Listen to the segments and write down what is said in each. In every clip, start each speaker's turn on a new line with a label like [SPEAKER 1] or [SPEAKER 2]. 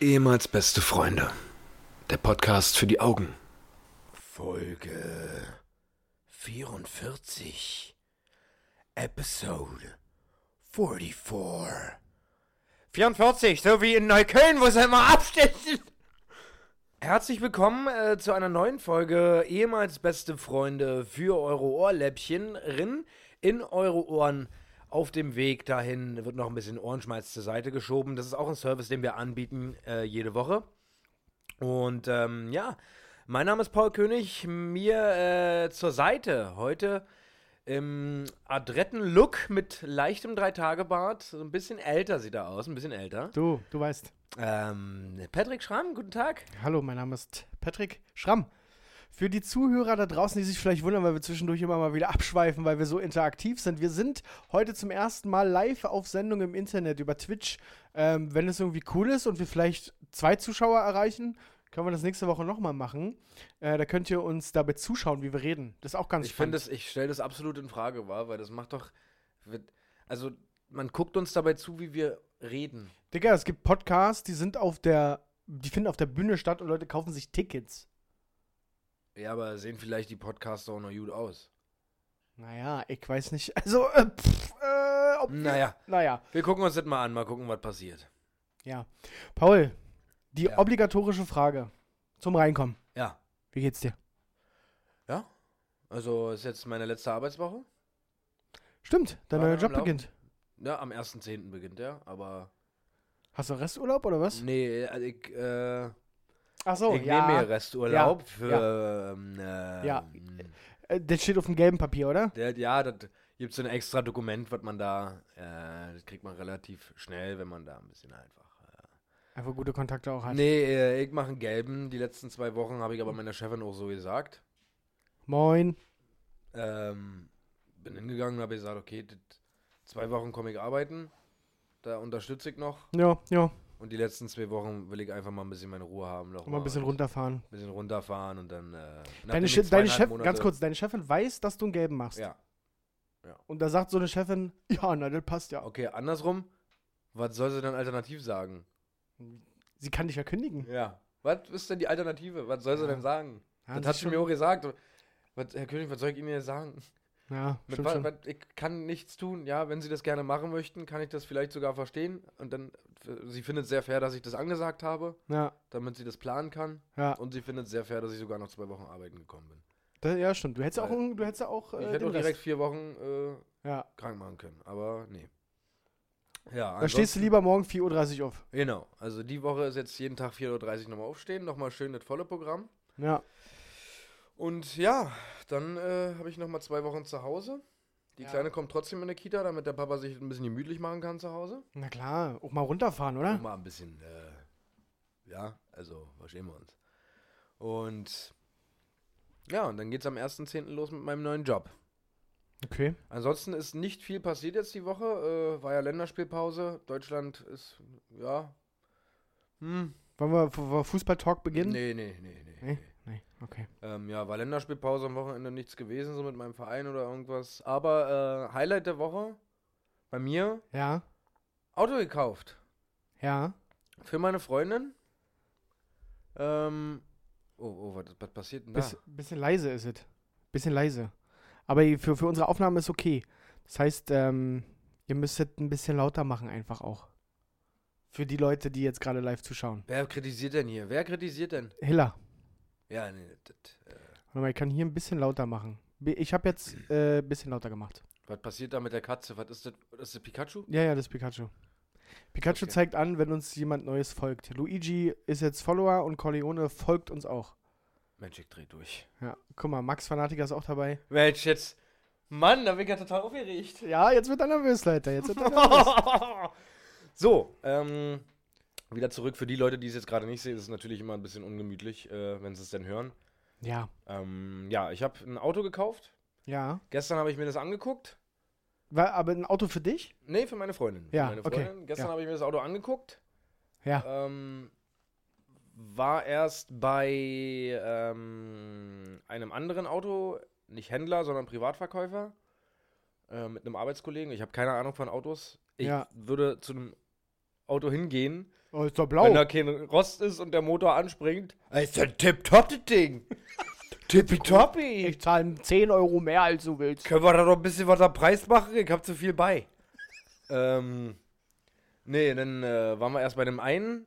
[SPEAKER 1] Ehemals beste Freunde. Der Podcast für die Augen.
[SPEAKER 2] Folge 44. Episode 44. 44, so wie in Neukölln, wo es immer abstechen. Herzlich willkommen äh, zu einer neuen Folge ehemals beste Freunde für eure Ohrläppchen rin in eure Ohren. Auf dem Weg dahin wird noch ein bisschen Ohrenschmalz zur Seite geschoben. Das ist auch ein Service, den wir anbieten äh, jede Woche. Und ähm, ja, mein Name ist Paul König. Mir äh, zur Seite heute im adretten Look mit leichtem Drei-Tage-Bart. So ein bisschen älter sieht er aus, ein bisschen älter.
[SPEAKER 3] Du, du weißt.
[SPEAKER 2] Ähm, Patrick Schramm, guten Tag.
[SPEAKER 3] Hallo, mein Name ist Patrick Schramm. Für die Zuhörer da draußen, die sich vielleicht wundern, weil wir zwischendurch immer mal wieder abschweifen, weil wir so interaktiv sind. Wir sind heute zum ersten Mal live auf Sendung im Internet über Twitch. Ähm, wenn es irgendwie cool ist und wir vielleicht zwei Zuschauer erreichen, können wir das nächste Woche nochmal machen. Äh, da könnt ihr uns dabei zuschauen, wie wir reden. Das ist auch ganz
[SPEAKER 2] Ich finde
[SPEAKER 3] spannend.
[SPEAKER 2] das, ich stelle das absolut in Frage, war, weil das macht doch, wird- also man guckt uns dabei zu, wie wir reden.
[SPEAKER 3] Digga, es gibt Podcasts, die sind auf der, die finden auf der Bühne statt und Leute kaufen sich Tickets.
[SPEAKER 2] Ja, aber sehen vielleicht die Podcaster auch noch gut aus.
[SPEAKER 3] Naja, ich weiß nicht. Also, äh, pff, äh, ob,
[SPEAKER 2] Naja,
[SPEAKER 3] naja.
[SPEAKER 2] wir gucken uns das mal an, mal gucken, was passiert.
[SPEAKER 3] Ja. Paul, die
[SPEAKER 2] Ja.
[SPEAKER 3] obligatorische Frage zum Reinkommen.
[SPEAKER 2] Ja,
[SPEAKER 3] Wie geht's dir?
[SPEAKER 2] ja. Also ist jetzt meine letzte Arbeitswoche.
[SPEAKER 3] Stimmt, dein
[SPEAKER 2] War
[SPEAKER 3] neuer
[SPEAKER 2] am
[SPEAKER 3] Job
[SPEAKER 2] Laufen?
[SPEAKER 3] beginnt.
[SPEAKER 2] Ja, am 1.10. beginnt der, aber.
[SPEAKER 3] Hast du Resturlaub oder was?
[SPEAKER 2] Nee, also ich, äh,
[SPEAKER 3] Ach so,
[SPEAKER 2] ich
[SPEAKER 3] Oh, ja.
[SPEAKER 2] nehme mir Resturlaub für. ähm,
[SPEAKER 3] Ja.
[SPEAKER 2] ähm,
[SPEAKER 3] Äh, Das steht auf dem gelben Papier, oder?
[SPEAKER 2] Der, ja, das gibt so ein extra Dokument, was man da, äh, das kriegt man relativ schnell, wenn man da ein bisschen halt einfach.
[SPEAKER 3] Einfach gute Kontakte auch
[SPEAKER 2] Äh.
[SPEAKER 3] hat.
[SPEAKER 2] Nee, äh, ich mache einen gelben. Die letzten zwei Wochen habe ich aber meiner Chefin auch so gesagt.
[SPEAKER 3] Moin.
[SPEAKER 2] Ähm, bin hingegangen, habe gesagt, okay, das, zwei Wochen komme ich arbeiten. Da unterstütze ich noch.
[SPEAKER 3] Ja, ja.
[SPEAKER 2] Und die letzten zwei Wochen will ich einfach mal ein bisschen meine Ruhe haben. Noch
[SPEAKER 3] Mal ein bisschen
[SPEAKER 2] und
[SPEAKER 3] runterfahren.
[SPEAKER 2] Ein bisschen runterfahren und dann. Äh, nachdem
[SPEAKER 3] Deine,
[SPEAKER 2] ich
[SPEAKER 3] Che- deine
[SPEAKER 2] zweieinhalb
[SPEAKER 3] Chef,
[SPEAKER 2] Monate-
[SPEAKER 3] ganz kurz, deine Chefin weiß, dass du einen gelben machst.
[SPEAKER 2] Ja,
[SPEAKER 3] Und da sagt so eine Chefin, ja, na, das passt ja.
[SPEAKER 2] okay, andersrum. Was soll sie dann alternativ sagen?
[SPEAKER 3] Sie kann dich ja kündigen.
[SPEAKER 2] Ja. Was ist denn die Alternative? Was soll sie
[SPEAKER 3] Ja.
[SPEAKER 2] denn sagen?
[SPEAKER 3] Ja,
[SPEAKER 2] das
[SPEAKER 3] das
[SPEAKER 2] hat
[SPEAKER 3] ist
[SPEAKER 2] sie
[SPEAKER 3] schon-
[SPEAKER 2] mir auch gesagt. Was, Herr König, was soll ich Ihnen jetzt sagen?
[SPEAKER 3] Ja,
[SPEAKER 2] Mit,
[SPEAKER 3] stimmt
[SPEAKER 2] wa-
[SPEAKER 3] schon.
[SPEAKER 2] was- ich kann nichts tun. Ja, wenn Sie das gerne machen möchten, kann ich das vielleicht sogar verstehen. Und dann, f- sie findet sehr fair, dass ich das angesagt habe,
[SPEAKER 3] Ja,
[SPEAKER 2] damit sie das planen kann.
[SPEAKER 3] ja.
[SPEAKER 2] Und sie findet sehr fair, dass ich sogar noch zwei Wochen arbeiten gekommen bin.
[SPEAKER 3] Das, ja, stimmt. Du hättest auch,
[SPEAKER 2] Weil-
[SPEAKER 3] einen- du hättest ja auch,
[SPEAKER 2] ich
[SPEAKER 3] äh,
[SPEAKER 2] hätte
[SPEAKER 3] den
[SPEAKER 2] auch direkt
[SPEAKER 3] Rest.
[SPEAKER 2] vier Wochen äh,
[SPEAKER 3] Ja.
[SPEAKER 2] krank machen können, aber nee. Ja,
[SPEAKER 3] Dann stehst du
[SPEAKER 2] ansonsten-
[SPEAKER 3] lieber morgen 4.30 Uhr auf.
[SPEAKER 2] Genau, also die Woche ist jetzt jeden Tag 4.30 Uhr nochmal aufstehen, nochmal schön das volle Programm.
[SPEAKER 3] Ja.
[SPEAKER 2] Und ja, dann äh, habe ich nochmal zwei Wochen zu Hause. Die
[SPEAKER 3] Ja.
[SPEAKER 2] Kleine kommt trotzdem in die Kita, damit der Papa sich ein bisschen gemütlich machen kann zu Hause.
[SPEAKER 3] Na klar, auch mal runterfahren,
[SPEAKER 2] Ja.
[SPEAKER 3] oder?
[SPEAKER 2] Mal ein bisschen, äh, ja, also verstehen wir uns. Und ja, und dann geht's am 1.10. los mit meinem neuen Job.
[SPEAKER 3] Okay.
[SPEAKER 2] Ansonsten ist nicht viel passiert jetzt die Woche. Äh, war ja Länderspielpause. Deutschland ist, ja. Hm.
[SPEAKER 3] Wollen wir F- F- Fußball-Talk beginnen?
[SPEAKER 2] Nee, nee, nee, nee.
[SPEAKER 3] Nee? Nee, okay.
[SPEAKER 2] Ähm, ja, war Länderspielpause am Wochenende nichts gewesen, so mit meinem Verein oder irgendwas. Aber äh, Highlight der Woche bei mir:
[SPEAKER 3] Ja,
[SPEAKER 2] Auto gekauft.
[SPEAKER 3] ja.
[SPEAKER 2] Für meine Freundin. Ähm, oh, oh, was, was passiert denn da?
[SPEAKER 3] Biss, bisschen leise ist es. Bisschen leise. Aber i- für, für unsere Aufnahme ist okay. Das heißt, ähm, ihr müsstet ein bisschen lauter machen, einfach auch. Für die Leute, die jetzt gerade live zuschauen.
[SPEAKER 2] Wer kritisiert denn hier? Wer kritisiert denn?
[SPEAKER 3] Hiller,
[SPEAKER 2] Ja, nee, das, äh,
[SPEAKER 3] warte mal, ich kann hier ein bisschen lauter machen. Bi- Ich habe jetzt äh, ein bisschen lauter gemacht.
[SPEAKER 2] was passiert da mit der Katze? Was ist das? Ist das Pikachu?
[SPEAKER 3] Ja, ja, das ist Pikachu. Pikachu
[SPEAKER 2] Okay.
[SPEAKER 3] zeigt an, wenn uns jemand Neues folgt. Luigi ist jetzt Follower und Corleone folgt uns auch.
[SPEAKER 2] Mensch, ich dreh durch.
[SPEAKER 3] Ja, guck mal, Max Fanatiker ist auch dabei.
[SPEAKER 2] Mensch, jetzt. Mann, da bin ich ja total aufgeregt.
[SPEAKER 3] Ja, jetzt wird er nervös, Leute. Jetzt wird er nervös.
[SPEAKER 2] so, ähm, wieder zurück für die Leute, die es jetzt gerade nicht sehen. Es ist natürlich immer ein bisschen ungemütlich, äh, wenn sie es denn hören.
[SPEAKER 3] ja,
[SPEAKER 2] Ähm, ja, ich habe ein Auto gekauft.
[SPEAKER 3] ja.
[SPEAKER 2] Gestern habe ich mir das angeguckt.
[SPEAKER 3] Wa- Aber ein Auto für dich?
[SPEAKER 2] Nee, für meine Freundin.
[SPEAKER 3] Ja,
[SPEAKER 2] für meine
[SPEAKER 3] okay,
[SPEAKER 2] Gestern
[SPEAKER 3] ja.
[SPEAKER 2] habe ich mir das Auto angeguckt.
[SPEAKER 3] Ja.
[SPEAKER 2] Ähm, war erst bei ähm, einem anderen Auto, nicht Händler, sondern Privatverkäufer, äh, mit einem Arbeitskollegen. Ich habe keine Ahnung von Autos. Ich
[SPEAKER 3] Ja.
[SPEAKER 2] würde zu einem Auto hingehen,
[SPEAKER 3] Oh, ist doch blau.
[SPEAKER 2] wenn da kein Rost ist und der Motor anspringt. Ist ja tipptopp, das Ding. Tippitoppi.
[SPEAKER 3] Ich zahle 10 Euro mehr, als du willst.
[SPEAKER 2] Können wir da noch ein bisschen was am Preis machen? Ich hab zu viel bei. ähm, nee, dann äh, waren wir erst bei dem einen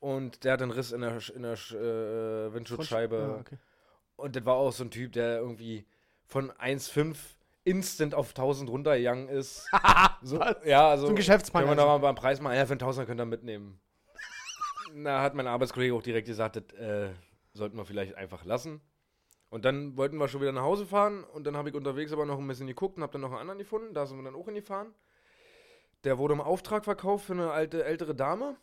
[SPEAKER 2] und der hat einen Riss in der, Sch- in der Sch- äh, Windschutzscheibe.
[SPEAKER 3] Ja, okay.
[SPEAKER 2] Und das war auch so ein Typ, der irgendwie von 1,5 instant auf 1000 runtergegangen ist. so, ja, also,
[SPEAKER 3] So ein Geschäftsmann
[SPEAKER 2] Wenn man
[SPEAKER 3] also.
[SPEAKER 2] da mal beim Preis mal, ja, für einen Tausender könnt ihr mitnehmen. Na, hat mein Arbeitskollege auch direkt gesagt, das äh, sollten wir vielleicht einfach lassen. Und dann wollten wir schon wieder nach Hause fahren und dann habe ich unterwegs aber noch ein bisschen geguckt und habe dann noch einen anderen gefunden. Da sind wir dann auch hingefahren. Der wurde im Auftrag verkauft für eine alte, ältere Dame.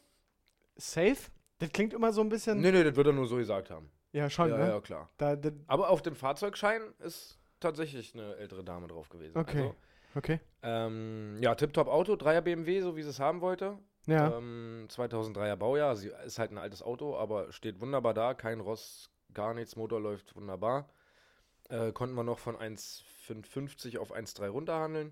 [SPEAKER 3] Safe? Das klingt immer so ein bisschen.
[SPEAKER 2] Nee, nee, das wird er nur so gesagt haben.
[SPEAKER 3] Ja, schon,
[SPEAKER 2] Ja,
[SPEAKER 3] ne?
[SPEAKER 2] ja, klar.
[SPEAKER 3] Da, da,
[SPEAKER 2] Aber auf dem Fahrzeugschein ist tatsächlich eine ältere Dame drauf gewesen.
[SPEAKER 3] Okay.
[SPEAKER 2] Also,
[SPEAKER 3] okay.
[SPEAKER 2] ähm, ja, tiptop Auto, 3er BMW, so wie sie es haben wollte.
[SPEAKER 3] Ja.
[SPEAKER 2] Ähm, 2003er Baujahr, sie ist halt ein altes Auto, aber steht wunderbar da, kein Rost, gar nichts, Motor läuft wunderbar. Äh, konnten wir noch von 1,550 auf 1,3 runterhandeln.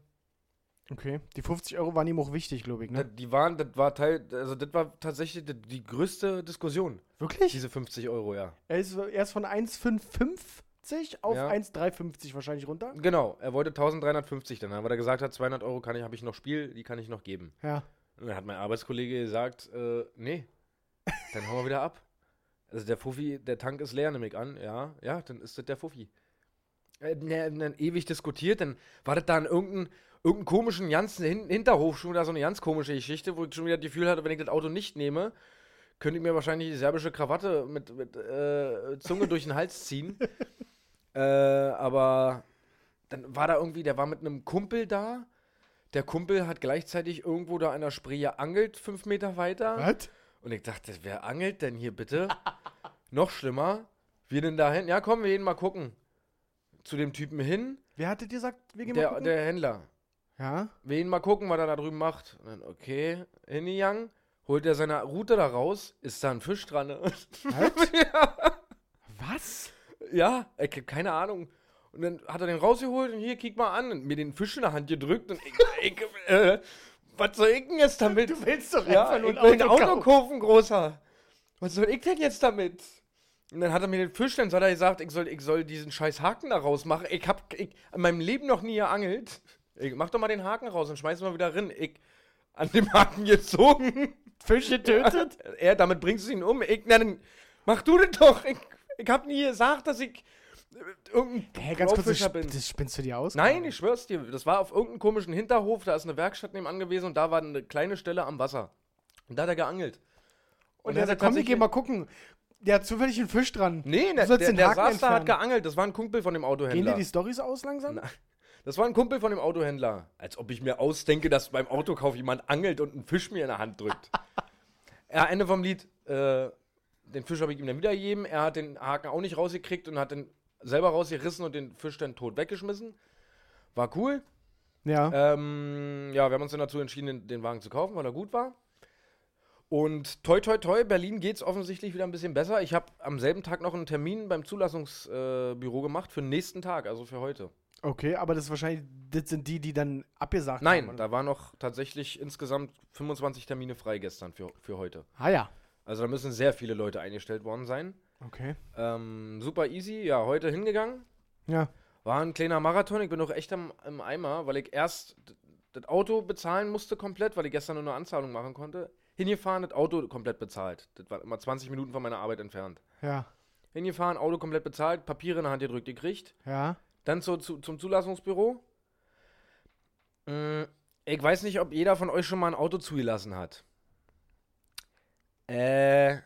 [SPEAKER 3] Okay. Die 50 Euro waren ihm auch wichtig, glaube ich,
[SPEAKER 2] Da-
[SPEAKER 3] ne?
[SPEAKER 2] Die waren, das war Teil, also das war tatsächlich die, die größte Diskussion,
[SPEAKER 3] Wirklich?
[SPEAKER 2] diese 50 Euro, ja.
[SPEAKER 3] Er ist, er ist von 1,550 auf
[SPEAKER 2] Ja.
[SPEAKER 3] 1,350 wahrscheinlich runter.
[SPEAKER 2] Genau, er wollte 1350 dann, weil er gesagt hat, 200 Euro kann ich, habe ich noch Spiel, die kann ich noch geben.
[SPEAKER 3] Ja.
[SPEAKER 2] Und dann hat mein Arbeitskollege gesagt, äh, nee, dann hauen wir wieder ab. Also der Fuffi, der Tank ist leer, nehme ich an. Ja, ja, dann ist das der Fuffi. Äh, ne, ne, ewig diskutiert, dann war das da in irgendeinem irgendein komischen ganzen Hin Hinterhof schon wieder so eine ganz komische Geschichte, wo ich schon wieder das Gefühl hatte, wenn ich das Auto nicht nehme, könnte ich mir wahrscheinlich die serbische Krawatte mit, mit äh, Zunge durch den Hals ziehen. äh, aber dann war da irgendwie, der war mit einem Kumpel da. Der Kumpel hat gleichzeitig irgendwo da an der Spree angelt, fünf Meter weiter.
[SPEAKER 3] Was?
[SPEAKER 2] Und ich dachte, wer angelt denn hier bitte? Noch schlimmer, wir denn da hin? Ja, komm, wir gehen mal gucken. Zu dem Typen hin,
[SPEAKER 3] Wer hatte dir gesagt, wir gehen mal
[SPEAKER 2] der,
[SPEAKER 3] gucken?
[SPEAKER 2] der Händler.
[SPEAKER 3] ja.
[SPEAKER 2] Wir gehen mal gucken, was er da drüben macht. Und dann, okay, hingegangen, holt er seine Route da raus, ist da ein Fisch dran. ne?
[SPEAKER 3] Was?
[SPEAKER 2] ja, ich hab keine Ahnung. Und dann hat er den rausgeholt und hier, kick mal an. Und mir den Fisch in der Hand gedrückt und ich, ich äh, was soll ich denn jetzt damit?
[SPEAKER 3] Du willst doch
[SPEAKER 2] Ja,
[SPEAKER 3] einfach
[SPEAKER 2] ich
[SPEAKER 3] nur
[SPEAKER 2] will
[SPEAKER 3] ein
[SPEAKER 2] ein Auto
[SPEAKER 3] kaufen.
[SPEAKER 2] kaufen, großer. Was soll ich denn jetzt damit? Und dann hat er mir den Fisch, dann hat er gesagt, ich soll, ich soll diesen scheiß Haken da rausmachen. Ich hab ich, in meinem Leben noch nie geangelt. Ich, mach doch mal den Haken raus und schmeiß ihn mal wieder rein. Ich an dem Haken gezogen.
[SPEAKER 3] Fisch getötet?
[SPEAKER 2] Er, damit bringst du ihn um. Ich, na, dann mach du das doch. Ich, ich hab nie gesagt, dass ich äh, irgendein
[SPEAKER 3] Hä, ganz kurz, das,
[SPEAKER 2] Profischer
[SPEAKER 3] sp- das spinnst du dir aus?
[SPEAKER 2] Nein, ich schwör's dir, das war auf irgendeinem komischen Hinterhof, da ist eine Werkstatt nebenan gewesen und da war eine kleine Stelle am Wasser. Und da hat er geangelt.
[SPEAKER 3] Und der
[SPEAKER 2] hat er
[SPEAKER 3] sagt, komm, wir
[SPEAKER 2] tatsächlich-
[SPEAKER 3] gehen mal gucken. Der hat zufällig einen Fisch dran.
[SPEAKER 2] Nee, der,
[SPEAKER 3] sollst
[SPEAKER 2] der,
[SPEAKER 3] den
[SPEAKER 2] der
[SPEAKER 3] Haken
[SPEAKER 2] saß da, hat
[SPEAKER 3] entfernen.
[SPEAKER 2] geangelt. Das war ein Kumpel von dem
[SPEAKER 3] Gehen dir
[SPEAKER 2] Autohändler.
[SPEAKER 3] die Stories aus langsam?
[SPEAKER 2] Na. Das war ein Kumpel von dem Autohändler. Als ob ich mir ausdenke, dass beim Autokauf jemand angelt und einen Fisch mir in der Hand drückt. ja, Ende vom Lied. Äh, den Fisch habe ich ihm dann wiedergegeben. Er hat den Haken auch nicht rausgekriegt und hat den selber rausgerissen und den Fisch dann tot weggeschmissen. War cool.
[SPEAKER 3] Ja.
[SPEAKER 2] Ähm, ja, wir haben uns dann dazu entschieden, den, den Wagen zu kaufen, weil er gut war. Und toi, toi, toi, Berlin geht es offensichtlich wieder ein bisschen besser. Ich habe am selben Tag noch einen Termin beim Zulassungsbüro äh, Büro gemacht für den nächsten Tag, also für heute.
[SPEAKER 3] Okay, aber das ist wahrscheinlich, das sind die, die dann abgesagt haben.
[SPEAKER 2] Nein,
[SPEAKER 3] oder?
[SPEAKER 2] da waren noch tatsächlich insgesamt 25 Termine frei gestern für, für heute.
[SPEAKER 3] Ah ja.
[SPEAKER 2] Also da müssen sehr viele Leute eingestellt worden sein.
[SPEAKER 3] Okay.
[SPEAKER 2] Ähm, super easy, ja, heute hingegangen.
[SPEAKER 3] Ja.
[SPEAKER 2] War ein kleiner Marathon. Ich bin auch echt am, im Eimer, weil ich erst d- das Auto bezahlen musste komplett, weil ich gestern nur eine Anzahlung machen konnte. Hingefahren, das Auto komplett bezahlt. Das war immer 20 Minuten von meiner Arbeit entfernt.
[SPEAKER 3] Ja.
[SPEAKER 2] Hingefahren, Auto komplett bezahlt, Papiere in der Hand gedrückt, gekriegt.
[SPEAKER 3] Ja.
[SPEAKER 2] Dann zu, zu, zum Zulassungsbüro. Mm, Ich weiß nicht, ob jeder von euch schon mal ein Auto zugelassen hat. Äh,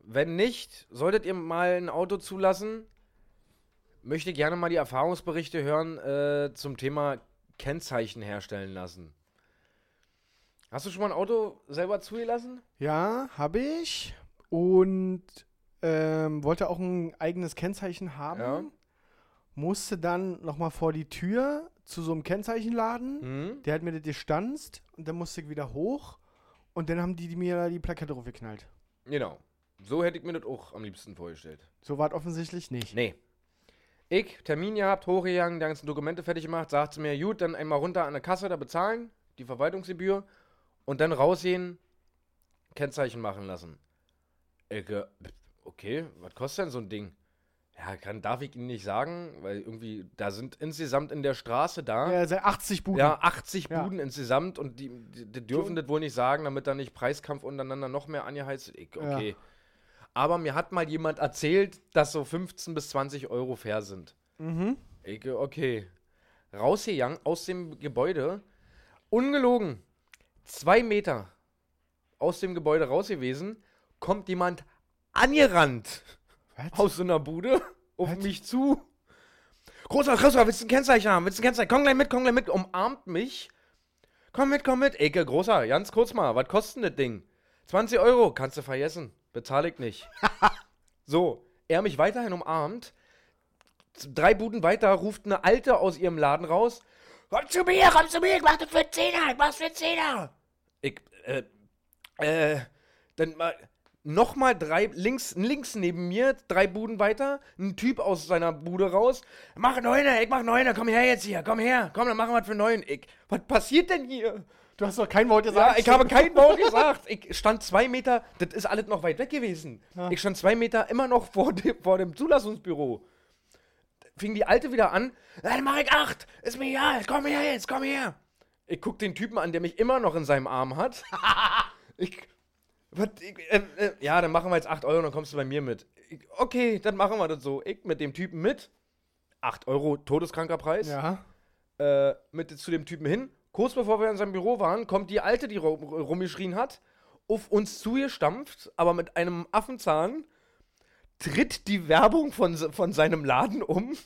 [SPEAKER 2] wenn nicht, solltet ihr mal ein Auto zulassen, möchte gerne mal die Erfahrungsberichte hören äh, zum Thema Kennzeichen herstellen lassen. Hast du schon mal ein Auto selber zugelassen?
[SPEAKER 3] Ja, habe ich. Und ähm, wollte auch ein eigenes Kennzeichen haben.
[SPEAKER 2] Ja.
[SPEAKER 3] Musste dann nochmal vor die Tür zu so einem Kennzeichenladen.
[SPEAKER 2] Mhm.
[SPEAKER 3] Der hat mir das gestanzt und dann musste ich wieder hoch. Und dann haben die, die mir da die Plakette draufgeknallt.
[SPEAKER 2] Genau. So hätte ich mir das auch am liebsten vorgestellt.
[SPEAKER 3] So war es offensichtlich nicht.
[SPEAKER 2] Nee. Ich, Termin gehabt, hochgegangen, die ganzen Dokumente fertig gemacht, sagt sie mir, gut, dann einmal runter an der Kasse da bezahlen, die Verwaltungsgebühr. und dann rausgehen, Kennzeichen machen lassen. Ecke, okay, was kostet denn so ein Ding? Ja, kann, darf ich Ihnen nicht sagen, weil irgendwie, da sind insgesamt in der Straße da.
[SPEAKER 3] Ja, Äh, seit 80 Buden.
[SPEAKER 2] Ja, 80
[SPEAKER 3] Ja.
[SPEAKER 2] Buden insgesamt und die, die, die dürfen das wohl nicht sagen, damit da nicht Preiskampf untereinander noch mehr angeheizt wird. Ich- Okay. Aber mir hat mal jemand erzählt, dass so 15 bis 20 Euro fair sind. Mhm. Ich, okay. Rausgegangen aus dem Gebäude, ungelogen, zwei Meter aus dem Gebäude raus gewesen, kommt jemand angerannt
[SPEAKER 3] Was?
[SPEAKER 2] aus so einer Bude auf mich zu. Großer, großer, willst du ein Kennzeichen haben? Willst du ein Kennzeichen? Komm gleich mit, komm gleich mit. Umarmt mich. Komm mit, komm mit. Ecke, großer, ganz kurz mal. Was kostet denn das Ding? 20 Euro, kannst du vergessen. Bezahle ich nicht. so, er mich weiterhin umarmt. Z- Drei Buden weiter ruft eine Alte aus ihrem Laden raus. Komm zu mir, komm zu mir, ich mach das für 10 ich mach's für 10 Ich, äh, äh, dann mal nochmal drei, links, links neben mir, drei Buden weiter, ein Typ aus seiner Bude raus. Mach Neuner, ich mach Neuner, komm her jetzt hier, komm her, komm, dann machen wir was für Neun. Ich, was passiert denn hier?
[SPEAKER 3] Du hast doch kein Wort
[SPEAKER 2] Ja,
[SPEAKER 3] gesagt.
[SPEAKER 2] ich habe kein Wort gesagt. Ich stand zwei Meter, das ist alles noch weit weg gewesen. Ich stand zwei Meter immer noch vor dem, vor dem Zulassungsbüro. Fing die Alte wieder an, dann mach ich acht, ist mir egal, komm her jetzt, komm her. Ich guck den Typen an, der mich immer noch in seinem Arm hat. ich, was, ich, äh, äh, ja, dann machen wir jetzt 8 Euro, dann kommst du bei mir mit. Ich, okay, dann machen wir das so. Ich mit dem Typen mit. 8 Euro, todeskranker Preis
[SPEAKER 3] Ja.
[SPEAKER 2] äh, mit zu dem Typen hin. Kurz bevor wir in seinem Büro waren, kommt die Alte, die ru- rumgeschrien hat, auf uns zugestampft, aber mit einem Affenzahn tritt die Werbung von, se- von seinem Laden um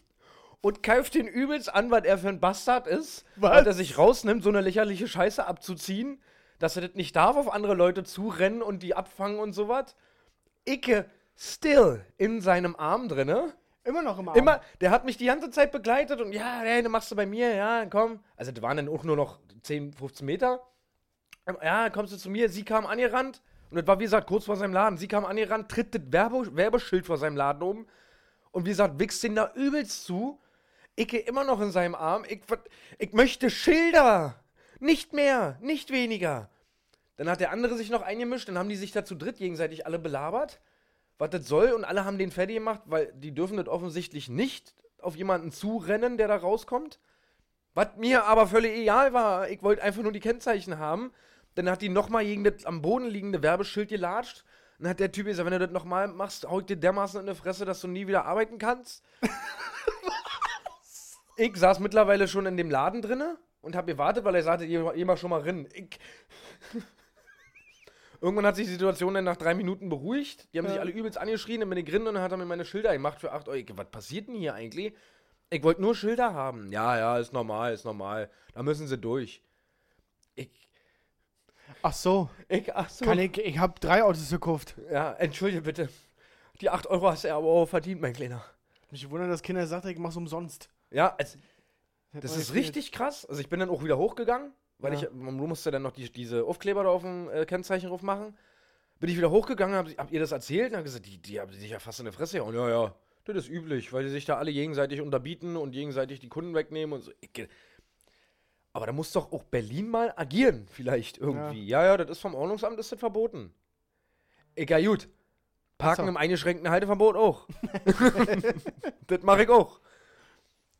[SPEAKER 2] und keift den übelst an, was er für ein Bastard ist,
[SPEAKER 3] Was?
[SPEAKER 2] weil er sich rausnimmt, so eine lächerliche Scheiße abzuziehen, dass er das nicht darf, auf andere Leute zurennen und die abfangen und sowas. Icke still in seinem Arm drinne.
[SPEAKER 3] Immer noch im Arm.
[SPEAKER 2] Immer, der hat mich die ganze Zeit begleitet und ja, hey, dann machst du bei mir, ja, komm. Also, das waren dann auch nur noch 10, 15 Meter. Ähm, Ja, kommst du zu mir, sie kam angerannt und das war, wie gesagt, kurz vor seinem Laden. Sie kam angerannt, tritt das Werbe Werbeschild vor seinem Laden um und wie gesagt, wichst den da übelst zu. Icke immer noch in seinem Arm. Ich, ver- ich möchte Schilder. Nicht mehr, nicht weniger. Dann hat der andere sich noch eingemischt, dann haben die sich da zu dritt gegenseitig alle belabert was das soll und alle haben den fertig gemacht, weil die dürfen das offensichtlich nicht auf jemanden zurennen, der da rauskommt. Was mir aber völlig egal war, ich wollte einfach nur die Kennzeichen haben. Dann hat die nochmal gegen das am Boden liegende Werbeschild gelatscht. Dann hat der Typ gesagt, wenn du das nochmal machst, hau ich dir dermaßen in die Fresse, dass du nie wieder arbeiten kannst. ich saß mittlerweile schon in dem Laden drinne und hab gewartet, weil er sagte, ihr ihr mal schon mal rein. Ich Irgendwann hat sich die Situation dann nach drei Minuten beruhigt. Die haben sich alle übelst angeschrien, dann bin ich drin und dann hat er mir meine Schilder gemacht für 8 Euro. Ich, Was passiert denn hier eigentlich? Ich wollte nur Schilder haben. Ja, ja, ist normal, ist normal. Da müssen sie durch. Ich,
[SPEAKER 3] Ach so.
[SPEAKER 2] ich, ach so.
[SPEAKER 3] Kann ich, ich habe drei Autos gekauft.
[SPEAKER 2] Ja, entschuldige bitte. Die 8 Euro hast du ja aber auch verdient, mein Kleiner.
[SPEAKER 3] Mich wundert, dass Kinder sagt, ich mach's umsonst.
[SPEAKER 2] Ja, es,
[SPEAKER 3] Hätte
[SPEAKER 2] das
[SPEAKER 3] man
[SPEAKER 2] ist
[SPEAKER 3] nicht
[SPEAKER 2] richtig krass. Also ich bin dann auch wieder hochgegangen, weil
[SPEAKER 3] Ja.
[SPEAKER 2] ich, man musste dann noch die, diese Aufkleber da auf dem äh, Kennzeichen drauf machen. Bin ich wieder hochgegangen, hab, hab ihr das erzählt und hab gesagt, die, die haben sich ja fast in der Fresse gehauen. Ja, ja, das ist üblich, weil die sich da alle gegenseitig unterbieten und gegenseitig die Kunden wegnehmen und so. Ich, ge- aber da muss doch auch Berlin mal agieren, vielleicht irgendwie. Ja, ja, das ist vom Ordnungsamt, ist das verboten. Egal, gut. Parken
[SPEAKER 3] Ach so.
[SPEAKER 2] im eingeschränkten Halteverbot auch. das mache ich auch.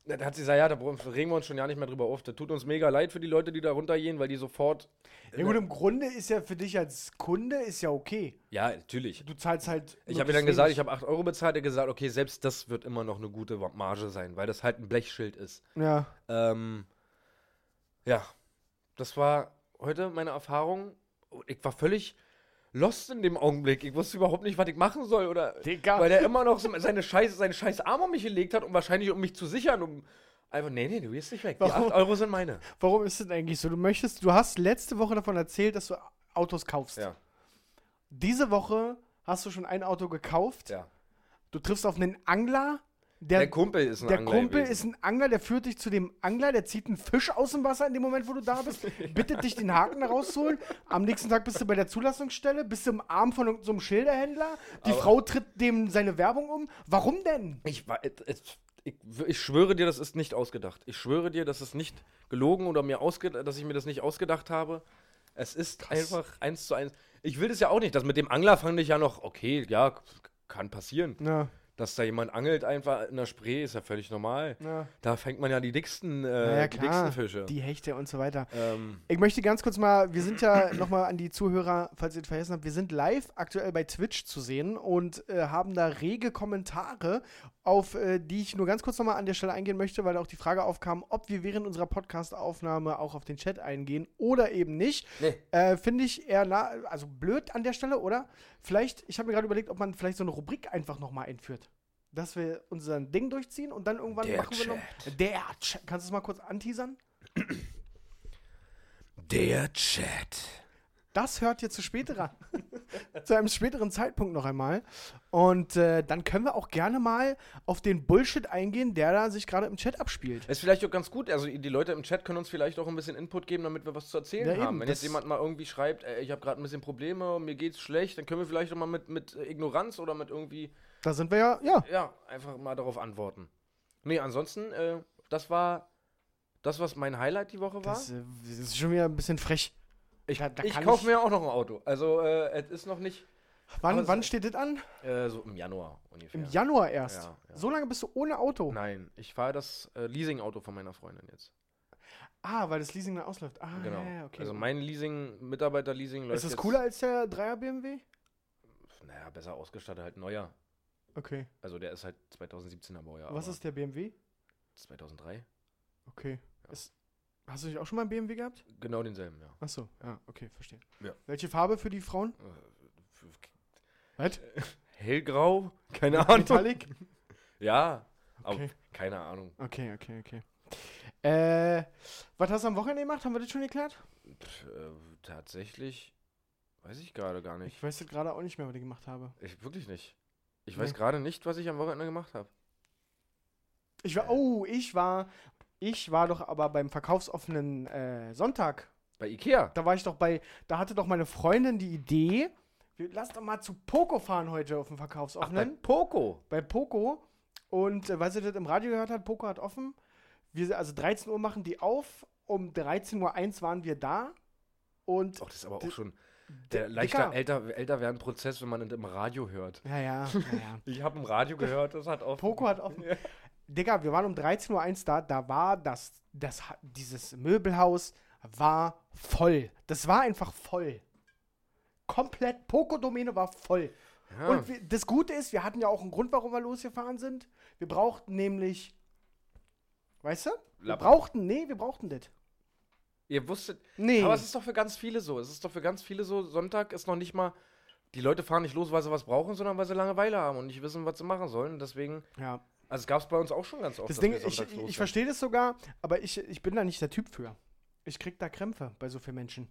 [SPEAKER 2] Na, Da hat sie gesagt, ja, da regen wir uns schon ja nicht mehr drüber auf. Das tut uns mega leid für die Leute, die da runtergehen, weil die sofort.
[SPEAKER 3] gedacht. Ja gut, im Grunde ist ja für dich als Kunde ist ja okay.
[SPEAKER 2] Ja, natürlich.
[SPEAKER 3] Du zahlst halt.
[SPEAKER 2] Ich habe ihr dann gesagt, ich habe 8 Euro bezahlt. Er hat gesagt, okay, selbst das wird immer noch eine gute Wa- Marge sein, weil das halt ein Blechschild ist.
[SPEAKER 3] habe. Ja.
[SPEAKER 2] Ähm, ja, das war heute meine Erfahrung. Ich war völlig lost in dem Augenblick. Ich wusste überhaupt nicht, was ich machen soll. Oder
[SPEAKER 3] Digga.
[SPEAKER 2] Weil er immer noch so seine scheiß, seinen scheiß Arm um mich gelegt hat, um wahrscheinlich um mich zu sichern, um einfach, nee, nee, du gehst nicht weg. Die
[SPEAKER 3] Warum?
[SPEAKER 2] 8 Euro sind meine.
[SPEAKER 3] Warum ist das eigentlich so? Du möchtest, du hast letzte Woche davon erzählt, dass du Autos kaufst.
[SPEAKER 2] Ja.
[SPEAKER 3] Diese Woche hast du schon ein Auto gekauft.
[SPEAKER 2] Ja.
[SPEAKER 3] Du triffst auf einen Angler. Der,
[SPEAKER 2] Der Kumpel ist ein
[SPEAKER 3] der
[SPEAKER 2] Angler
[SPEAKER 3] Kumpel
[SPEAKER 2] gewesen.
[SPEAKER 3] ist ein Angler, der führt dich zu dem Angler, der zieht einen Fisch aus dem Wasser in dem Moment, wo du da bist, bittet dich, den Haken da rauszuholen. Am nächsten Tag bist du bei der Zulassungsstelle, bist du im Arm von irgendeinem Schilderhändler. Die Frau tritt dem seine Werbung um. Warum denn?
[SPEAKER 2] Ich, wa- es- es- ich, ich schwöre dir, das ist nicht ausgedacht. Ich schwöre dir, das ist nicht gelogen oder mir ausge, dass ich mir das nicht ausgedacht habe. Es ist
[SPEAKER 3] Krass.
[SPEAKER 2] einfach eins zu eins. Ich will das ja auch nicht. Das mit dem Angler fand ich ja noch, okay, ja, kann passieren.
[SPEAKER 3] Ja,
[SPEAKER 2] Dass da jemand angelt einfach in der Spree, ist ja völlig normal.
[SPEAKER 3] ja.
[SPEAKER 2] Da fängt man ja die dicksten,
[SPEAKER 3] Ja,
[SPEAKER 2] äh,
[SPEAKER 3] ja,
[SPEAKER 2] die
[SPEAKER 3] klar.
[SPEAKER 2] dicksten Fische.
[SPEAKER 3] Die Hechte und so weiter.
[SPEAKER 2] ähm,
[SPEAKER 3] Ich möchte ganz kurz mal, wir sind ja nochmal an die Zuhörer, falls ihr es vergessen habt, wir sind live aktuell bei Twitch zu sehen und äh, haben da rege Kommentare, auf äh, die ich nur ganz kurz nochmal an der Stelle eingehen möchte, weil da auch die Frage aufkam, ob wir während unserer Podcast-Aufnahme auch auf den Chat eingehen oder eben nicht.
[SPEAKER 2] nee.
[SPEAKER 3] Äh, Finde ich eher na, also blöd an der Stelle, oder? Vielleicht, ich habe mir gerade überlegt, ob man vielleicht so eine Rubrik einfach nochmal einführt. Dass wir unser Ding durchziehen und dann irgendwann
[SPEAKER 2] Der
[SPEAKER 3] machen wir noch. Der Chat. Kannst du es mal kurz anteasern?
[SPEAKER 2] Der Chat.
[SPEAKER 3] Das hört ihr zu späterer, zu einem späteren Zeitpunkt noch einmal. Und äh, dann können wir auch gerne mal auf den Bullshit eingehen, der da sich gerade im Chat abspielt.
[SPEAKER 2] Ist vielleicht auch ganz gut. Also die Leute im Chat können uns vielleicht auch ein bisschen Input geben, damit wir was zu erzählen
[SPEAKER 3] Ja, eben,
[SPEAKER 2] haben. Wenn jetzt
[SPEAKER 3] das-
[SPEAKER 2] jemand mal irgendwie schreibt, ey, ich habe gerade ein bisschen Probleme, mir geht's schlecht, dann können wir vielleicht auch mal mit, mit Ignoranz oder mit irgendwie,
[SPEAKER 3] Da sind wir ja, ja.
[SPEAKER 2] ja, einfach mal darauf antworten. Nee, ansonsten, äh, das war das, was mein Highlight die Woche war.
[SPEAKER 3] Das, äh, das ist schon wieder ein bisschen frech.
[SPEAKER 2] ich
[SPEAKER 3] da- da
[SPEAKER 2] ich
[SPEAKER 3] kann
[SPEAKER 2] kaufe
[SPEAKER 3] ich-
[SPEAKER 2] mir auch noch ein Auto. Also äh, es ist noch nicht Aber
[SPEAKER 3] Wann,
[SPEAKER 2] es-
[SPEAKER 3] wann steht das an?
[SPEAKER 2] äh, so im Januar ungefähr.
[SPEAKER 3] Im Januar erst.
[SPEAKER 2] Ja, ja.
[SPEAKER 3] So lange bist du ohne Auto.
[SPEAKER 2] Nein, ich fahre das äh, Leasing-Auto von meiner Freundin jetzt.
[SPEAKER 3] Ah, weil das Leasing dann ausläuft. Ah,
[SPEAKER 2] Genau.
[SPEAKER 3] ja, ja, okay.
[SPEAKER 2] Also mein Leasing, Mitarbeiter-Leasing läuft
[SPEAKER 3] ist das
[SPEAKER 2] jetzt-
[SPEAKER 3] cooler als der 3er BMW?
[SPEAKER 2] Naja, besser ausgestattet, halt neuer.
[SPEAKER 3] Okay.
[SPEAKER 2] Also der ist halt 2017er Baujahr.
[SPEAKER 3] Was
[SPEAKER 2] aber
[SPEAKER 3] ist der BMW?
[SPEAKER 2] 2003?
[SPEAKER 3] Okay.
[SPEAKER 2] Ja.
[SPEAKER 3] Ist, hast du nicht auch schon mal einen BMW gehabt?
[SPEAKER 2] Genau denselben, ja.
[SPEAKER 3] Achso, ja, okay, verstehe.
[SPEAKER 2] Ja.
[SPEAKER 3] Welche Farbe für die Frauen?
[SPEAKER 2] Äh, f- f-
[SPEAKER 3] Was?
[SPEAKER 2] Hellgrau? Keine Ahnung.
[SPEAKER 3] Metallic?
[SPEAKER 2] Ja,
[SPEAKER 3] Okay.
[SPEAKER 2] keine Ahnung.
[SPEAKER 3] Okay, okay, okay. Äh, was hast du am Wochenende gemacht? Haben wir das schon geklärt?
[SPEAKER 2] Pff, äh, tatsächlich weiß ich gerade gar nicht.
[SPEAKER 3] Ich weiß jetzt gerade auch nicht mehr, was ich gemacht habe.
[SPEAKER 2] Ich wirklich nicht. Ich
[SPEAKER 3] Nee.
[SPEAKER 2] weiß gerade nicht, was ich am Wochenende gemacht habe.
[SPEAKER 3] Ich war, oh, ich war, ich war doch aber beim verkaufsoffenen äh, Sonntag.
[SPEAKER 2] Bei Ikea.
[SPEAKER 3] Da war ich doch bei, da hatte doch meine Freundin die Idee, wir lass doch mal zu Poco fahren heute auf dem
[SPEAKER 2] bei
[SPEAKER 3] verkaufsoffenen.
[SPEAKER 2] Poco.
[SPEAKER 3] bei Poco. Und äh, weil sie das im Radio gehört hat, Poco hat offen. Wir, also 13 Uhr machen die auf. Um 13.01 Uhr waren wir da. Und
[SPEAKER 2] Ach, Oh, das ist aber
[SPEAKER 3] D-
[SPEAKER 2] auch schon der
[SPEAKER 3] D-
[SPEAKER 2] leichter
[SPEAKER 3] Dicker.
[SPEAKER 2] älter, älter werden Prozess, wenn man das im Radio hört.
[SPEAKER 3] Ja, ja, ja, ja.
[SPEAKER 2] Ich habe im Radio gehört, das hat auch.
[SPEAKER 3] Poco hat offen. Digga, wir waren um 13.01 Uhr da, da war das, das, Ha- dieses Möbelhaus war voll. Das war einfach voll. Komplett, Poco-Domäne war voll.
[SPEAKER 2] Ja.
[SPEAKER 3] Und wir, das Gute ist, wir hatten ja auch einen Grund, warum wir losgefahren sind. Wir brauchten nämlich, weißt du? Wir
[SPEAKER 2] Lappen.
[SPEAKER 3] brauchten, nee, wir brauchten das.
[SPEAKER 2] Ihr wusstet,
[SPEAKER 3] Nee.
[SPEAKER 2] Aber es ist doch für ganz viele so. Es ist doch für ganz viele so. Sonntag ist noch nicht mal. Die Leute fahren nicht los, weil sie was brauchen, sondern weil sie Langeweile haben und nicht wissen, was sie machen sollen. Deswegen,
[SPEAKER 3] Ja.
[SPEAKER 2] also es gab es bei uns auch schon ganz oft.
[SPEAKER 3] Das
[SPEAKER 2] dass
[SPEAKER 3] Ding,
[SPEAKER 2] wir
[SPEAKER 3] ich,
[SPEAKER 2] sonntags los
[SPEAKER 3] ich
[SPEAKER 2] sind.
[SPEAKER 3] verstehe das sogar, aber ich, ich bin da nicht der Typ für. Ich krieg da Krämpfe bei so vielen Menschen.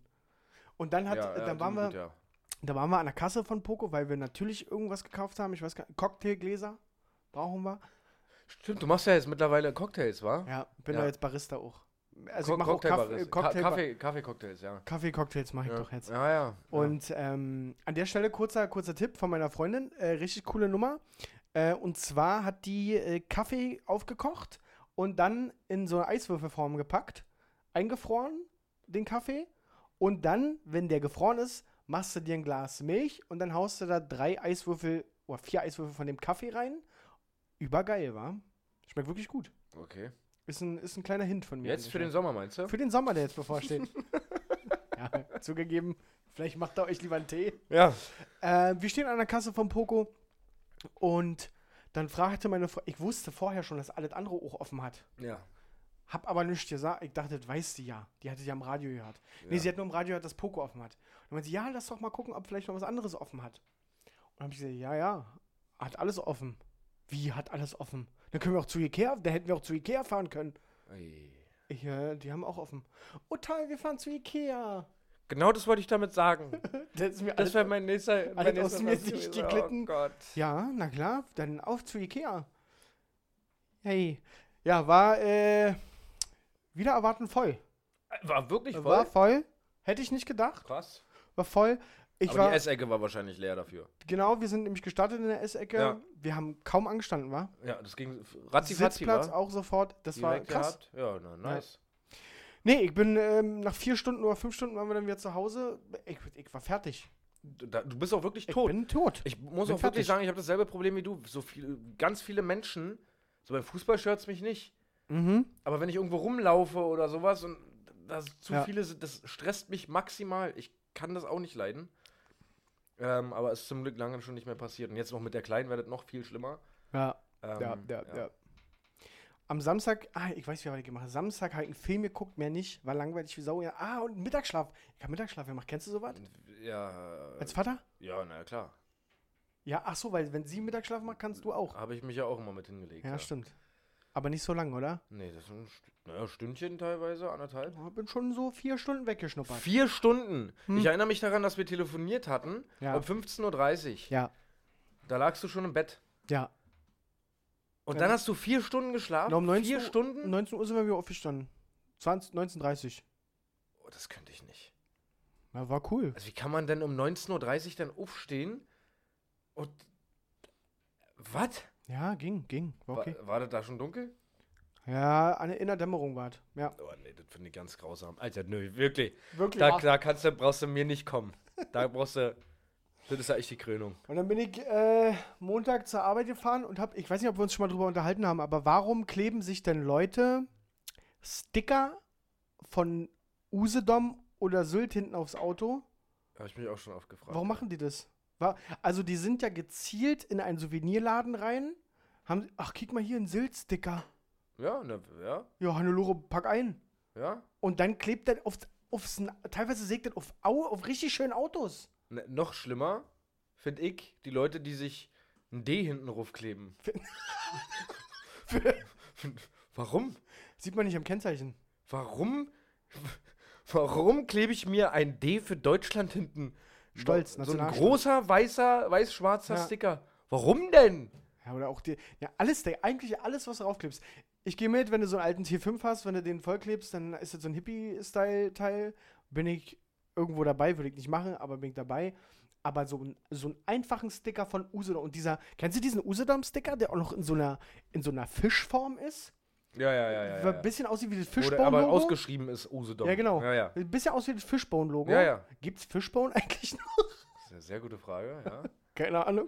[SPEAKER 3] Und dann hat,
[SPEAKER 2] Ja, ja,
[SPEAKER 3] dann waren
[SPEAKER 2] gut,
[SPEAKER 3] wir,
[SPEAKER 2] ja.
[SPEAKER 3] Da waren wir an der Kasse von Poco, weil wir natürlich irgendwas gekauft haben. Ich weiß gar nicht, Cocktailgläser brauchen wir.
[SPEAKER 2] Stimmt, du machst ja jetzt mittlerweile Cocktails, wa?
[SPEAKER 3] Ja, bin
[SPEAKER 2] Ja.
[SPEAKER 3] da jetzt Barista auch. Also
[SPEAKER 2] Co-
[SPEAKER 3] ich mache auch Kaffee,
[SPEAKER 2] Cocktailbarista.
[SPEAKER 3] äh,
[SPEAKER 2] Ka-
[SPEAKER 3] Cocktail,
[SPEAKER 2] Kaffee, Kaffee-Cocktails, ja.
[SPEAKER 3] Kaffee-Cocktails mache ich
[SPEAKER 2] ja.
[SPEAKER 3] doch jetzt.
[SPEAKER 2] Ja, ja.
[SPEAKER 3] Und ähm, an der Stelle kurzer, kurzer Tipp von meiner Freundin. Äh, richtig coole Nummer. Äh, und zwar hat die äh, Kaffee aufgekocht und dann in so eine Eiswürfelform gepackt, eingefroren, den Kaffee. Und dann, wenn der gefroren ist, machst du dir ein Glas Milch und dann haust du da drei Eiswürfel oder vier Eiswürfel von dem Kaffee rein. Übergeil, war. Schmeckt wirklich gut.
[SPEAKER 2] ja. Okay.
[SPEAKER 3] Ist ein, ist ein kleiner Hint von mir. an
[SPEAKER 2] Jetzt
[SPEAKER 3] der
[SPEAKER 2] für
[SPEAKER 3] Stelle.
[SPEAKER 2] den Sommer, meinst du?
[SPEAKER 3] Für den Sommer, der jetzt bevorsteht. ja, zugegeben, vielleicht macht er euch lieber einen Tee.
[SPEAKER 2] Ja.
[SPEAKER 3] Äh, wir stehen an der Kasse von Poco und dann fragte meine Frau, ich wusste vorher schon, dass alles andere auch offen hat.
[SPEAKER 2] Ja.
[SPEAKER 3] Hab aber nichts gesagt. Ich dachte, das weiß sie ja. Die hatte ja im Radio gehört. Nee,
[SPEAKER 2] Ja.
[SPEAKER 3] sie hat nur im Radio gehört, dass Poco offen hat. Und dann meinte sie, ja, lass doch mal gucken, ob vielleicht noch was anderes offen hat. Und dann hab ich gesagt, ja, ja, hat alles offen. Wie hat alles offen? Dann können wir auch zu Ikea, da hätten wir auch zu Ikea fahren können.
[SPEAKER 2] Ey.
[SPEAKER 3] Ich, äh, die haben auch offen. Oh toll, wir fahren zu Ikea.
[SPEAKER 2] Genau das wollte ich damit sagen.
[SPEAKER 3] Das ist mir
[SPEAKER 2] Das
[SPEAKER 3] alles
[SPEAKER 2] wäre mein nächster. mein
[SPEAKER 3] aus
[SPEAKER 2] nächster
[SPEAKER 3] mir
[SPEAKER 2] Satz
[SPEAKER 3] nicht
[SPEAKER 2] gewesen.
[SPEAKER 3] geglitten.
[SPEAKER 2] Oh Gott.
[SPEAKER 3] Ja, na klar, dann auf zu Ikea. Hey. Ja, war äh, wieder erwarten voll.
[SPEAKER 2] War wirklich voll.
[SPEAKER 3] War voll. Hätte ich nicht gedacht.
[SPEAKER 2] Krass.
[SPEAKER 3] War voll. Ich
[SPEAKER 2] Aber die
[SPEAKER 3] war,
[SPEAKER 2] Essecke war wahrscheinlich leer dafür.
[SPEAKER 3] genau, wir sind nämlich gestartet in der Essecke.
[SPEAKER 2] Ja.
[SPEAKER 3] Wir haben kaum angestanden, war?
[SPEAKER 2] Ja, das ging ratzi fatzi,
[SPEAKER 3] Sitzplatz
[SPEAKER 2] wa?
[SPEAKER 3] auch sofort. Das war
[SPEAKER 2] Direkt
[SPEAKER 3] krass.
[SPEAKER 2] gehabt. Ja, na, nice.
[SPEAKER 3] Nee, ich bin ähm, nach vier Stunden oder fünf Stunden waren wir dann wieder zu Hause. Ich, ich war fertig.
[SPEAKER 2] Du- da- Du bist auch wirklich
[SPEAKER 3] Ich
[SPEAKER 2] tot.
[SPEAKER 3] bin tot.
[SPEAKER 2] Ich muss
[SPEAKER 3] Bin
[SPEAKER 2] auch wirklich
[SPEAKER 3] fertig.
[SPEAKER 2] sagen, ich habe dasselbe Problem wie du. So viel, ganz viele Menschen, so beim Fußball stört's mich nicht.
[SPEAKER 3] mhm.
[SPEAKER 2] Aber wenn ich irgendwo rumlaufe oder sowas und das zu
[SPEAKER 3] Ja.
[SPEAKER 2] viele sind, das stresst mich maximal. Ich kann das auch nicht leiden. Ähm, aber es ist zum Glück lange schon nicht mehr passiert. Und jetzt noch mit der Kleinen wird das noch viel schlimmer.
[SPEAKER 3] Ja,
[SPEAKER 2] Ähm,
[SPEAKER 3] ja, ja, ja. Am Samstag, ah, ich weiß, wie habe ich gemacht. habe. Samstag habe ich einen Film geguckt, mehr nicht. War langweilig wie Sau. Ja, ah, und Mittagsschlaf. Ich habe Mittagsschlaf gemacht. Kennst du
[SPEAKER 2] Äh,
[SPEAKER 3] sowas?
[SPEAKER 2] Ja, äh,
[SPEAKER 3] Als Vater?
[SPEAKER 2] ja na klar.
[SPEAKER 3] Ja, ach so, weil wenn sie Mittagsschlaf macht, kannst du auch.
[SPEAKER 2] Habe ich mich ja auch immer mit hingelegt.
[SPEAKER 3] Ja, stimmt. Aber nicht so lang, oder?
[SPEAKER 2] Nee, das sind St- naja, Stündchen teilweise, anderthalb.
[SPEAKER 3] Ich bin schon so vier Stunden weggeschnuppert.
[SPEAKER 2] Vier Stunden. Ich erinnere mich daran, dass wir telefoniert hatten
[SPEAKER 3] Hm. Ja.
[SPEAKER 2] um 15.30 Uhr.
[SPEAKER 3] Ja,
[SPEAKER 2] Da lagst du schon im Bett.
[SPEAKER 3] ja.
[SPEAKER 2] Und
[SPEAKER 3] Ja.
[SPEAKER 2] dann hast du vier Stunden geschlafen?
[SPEAKER 3] Na, um 19
[SPEAKER 2] vier
[SPEAKER 3] Uhr-
[SPEAKER 2] Stunden?
[SPEAKER 3] 19 Uhr sind wir wieder aufgestanden. 20, 19.30 Uhr.
[SPEAKER 2] Oh, das könnte ich nicht.
[SPEAKER 3] Ja, war cool.
[SPEAKER 2] Also wie kann man denn um 19.30 Uhr dann aufstehen und... Was?
[SPEAKER 3] Ja, ging, ging. War okay.
[SPEAKER 2] War, war das da schon dunkel?
[SPEAKER 3] Ja, eine Innerdämmerung war es. Ja.
[SPEAKER 2] Oh nee, das finde ich ganz grausam. Alter, nö, wirklich.
[SPEAKER 3] Wirklich.
[SPEAKER 2] Da, da kannst du, brauchst du mir nicht kommen. Da brauchst du... Das ist ja echt die Krönung.
[SPEAKER 3] Und dann bin ich äh, Montag zur Arbeit gefahren und habe, ich weiß nicht, ob wir uns schon mal drüber unterhalten haben, aber warum kleben sich denn Leute Sticker von Usedom oder Sylt hinten aufs Auto?
[SPEAKER 2] Habe ich mich auch schon oft gefragt.
[SPEAKER 3] Warum machen die das? Wa- Also die sind ja gezielt in einen Souvenirladen rein, haben, ach, kick mal hier, ein Sylt-Sticker.
[SPEAKER 2] Ja, ne, ja,
[SPEAKER 3] Ja, Hannelore, pack ein.
[SPEAKER 2] ja.
[SPEAKER 3] Und dann klebt das auf, aufs, teilweise sägt das auf, Au- auf richtig schönen Autos.
[SPEAKER 2] Ne, noch schlimmer finde ich die Leute, die sich ein D hinten raufkleben. Warum?
[SPEAKER 3] Sieht man nicht am Kennzeichen.
[SPEAKER 2] Warum? Warum klebe ich mir ein D für Deutschland hinten?
[SPEAKER 3] Stolz,
[SPEAKER 2] so ein
[SPEAKER 3] Nationalstolz.
[SPEAKER 2] großer weißer weiß-schwarzer
[SPEAKER 3] Ja.
[SPEAKER 2] Sticker. Warum denn?
[SPEAKER 3] Ja, oder auch dir. Ja, alles, der- eigentlich alles, was du raufklebst. Ich gehe mit, wenn du so einen alten T5 hast, wenn du den vollklebst, dann ist das so ein Hippie-Style-Teil. Bin ich irgendwo dabei, würde ich nicht machen, aber bin ich dabei. Aber so, ein, so einen einfachen Sticker von Usedom. Und dieser, kennst du diesen Usedom-Sticker, der auch noch in so einer, in so einer Fischform ist?
[SPEAKER 2] Ja, ja, ja,
[SPEAKER 3] Ja, Ein bisschen aussieht wie das fischbone
[SPEAKER 2] Oder aber ausgeschrieben ist Usedom.
[SPEAKER 3] Ja, genau.
[SPEAKER 2] Ja, ja.
[SPEAKER 3] Ein bisschen aussieht wie das Fishbone-Logo.
[SPEAKER 2] Ja, ja.
[SPEAKER 3] Gibt's Fishbone eigentlich noch?
[SPEAKER 2] Das ist eine sehr gute Frage, ja.
[SPEAKER 3] Keine Ahnung.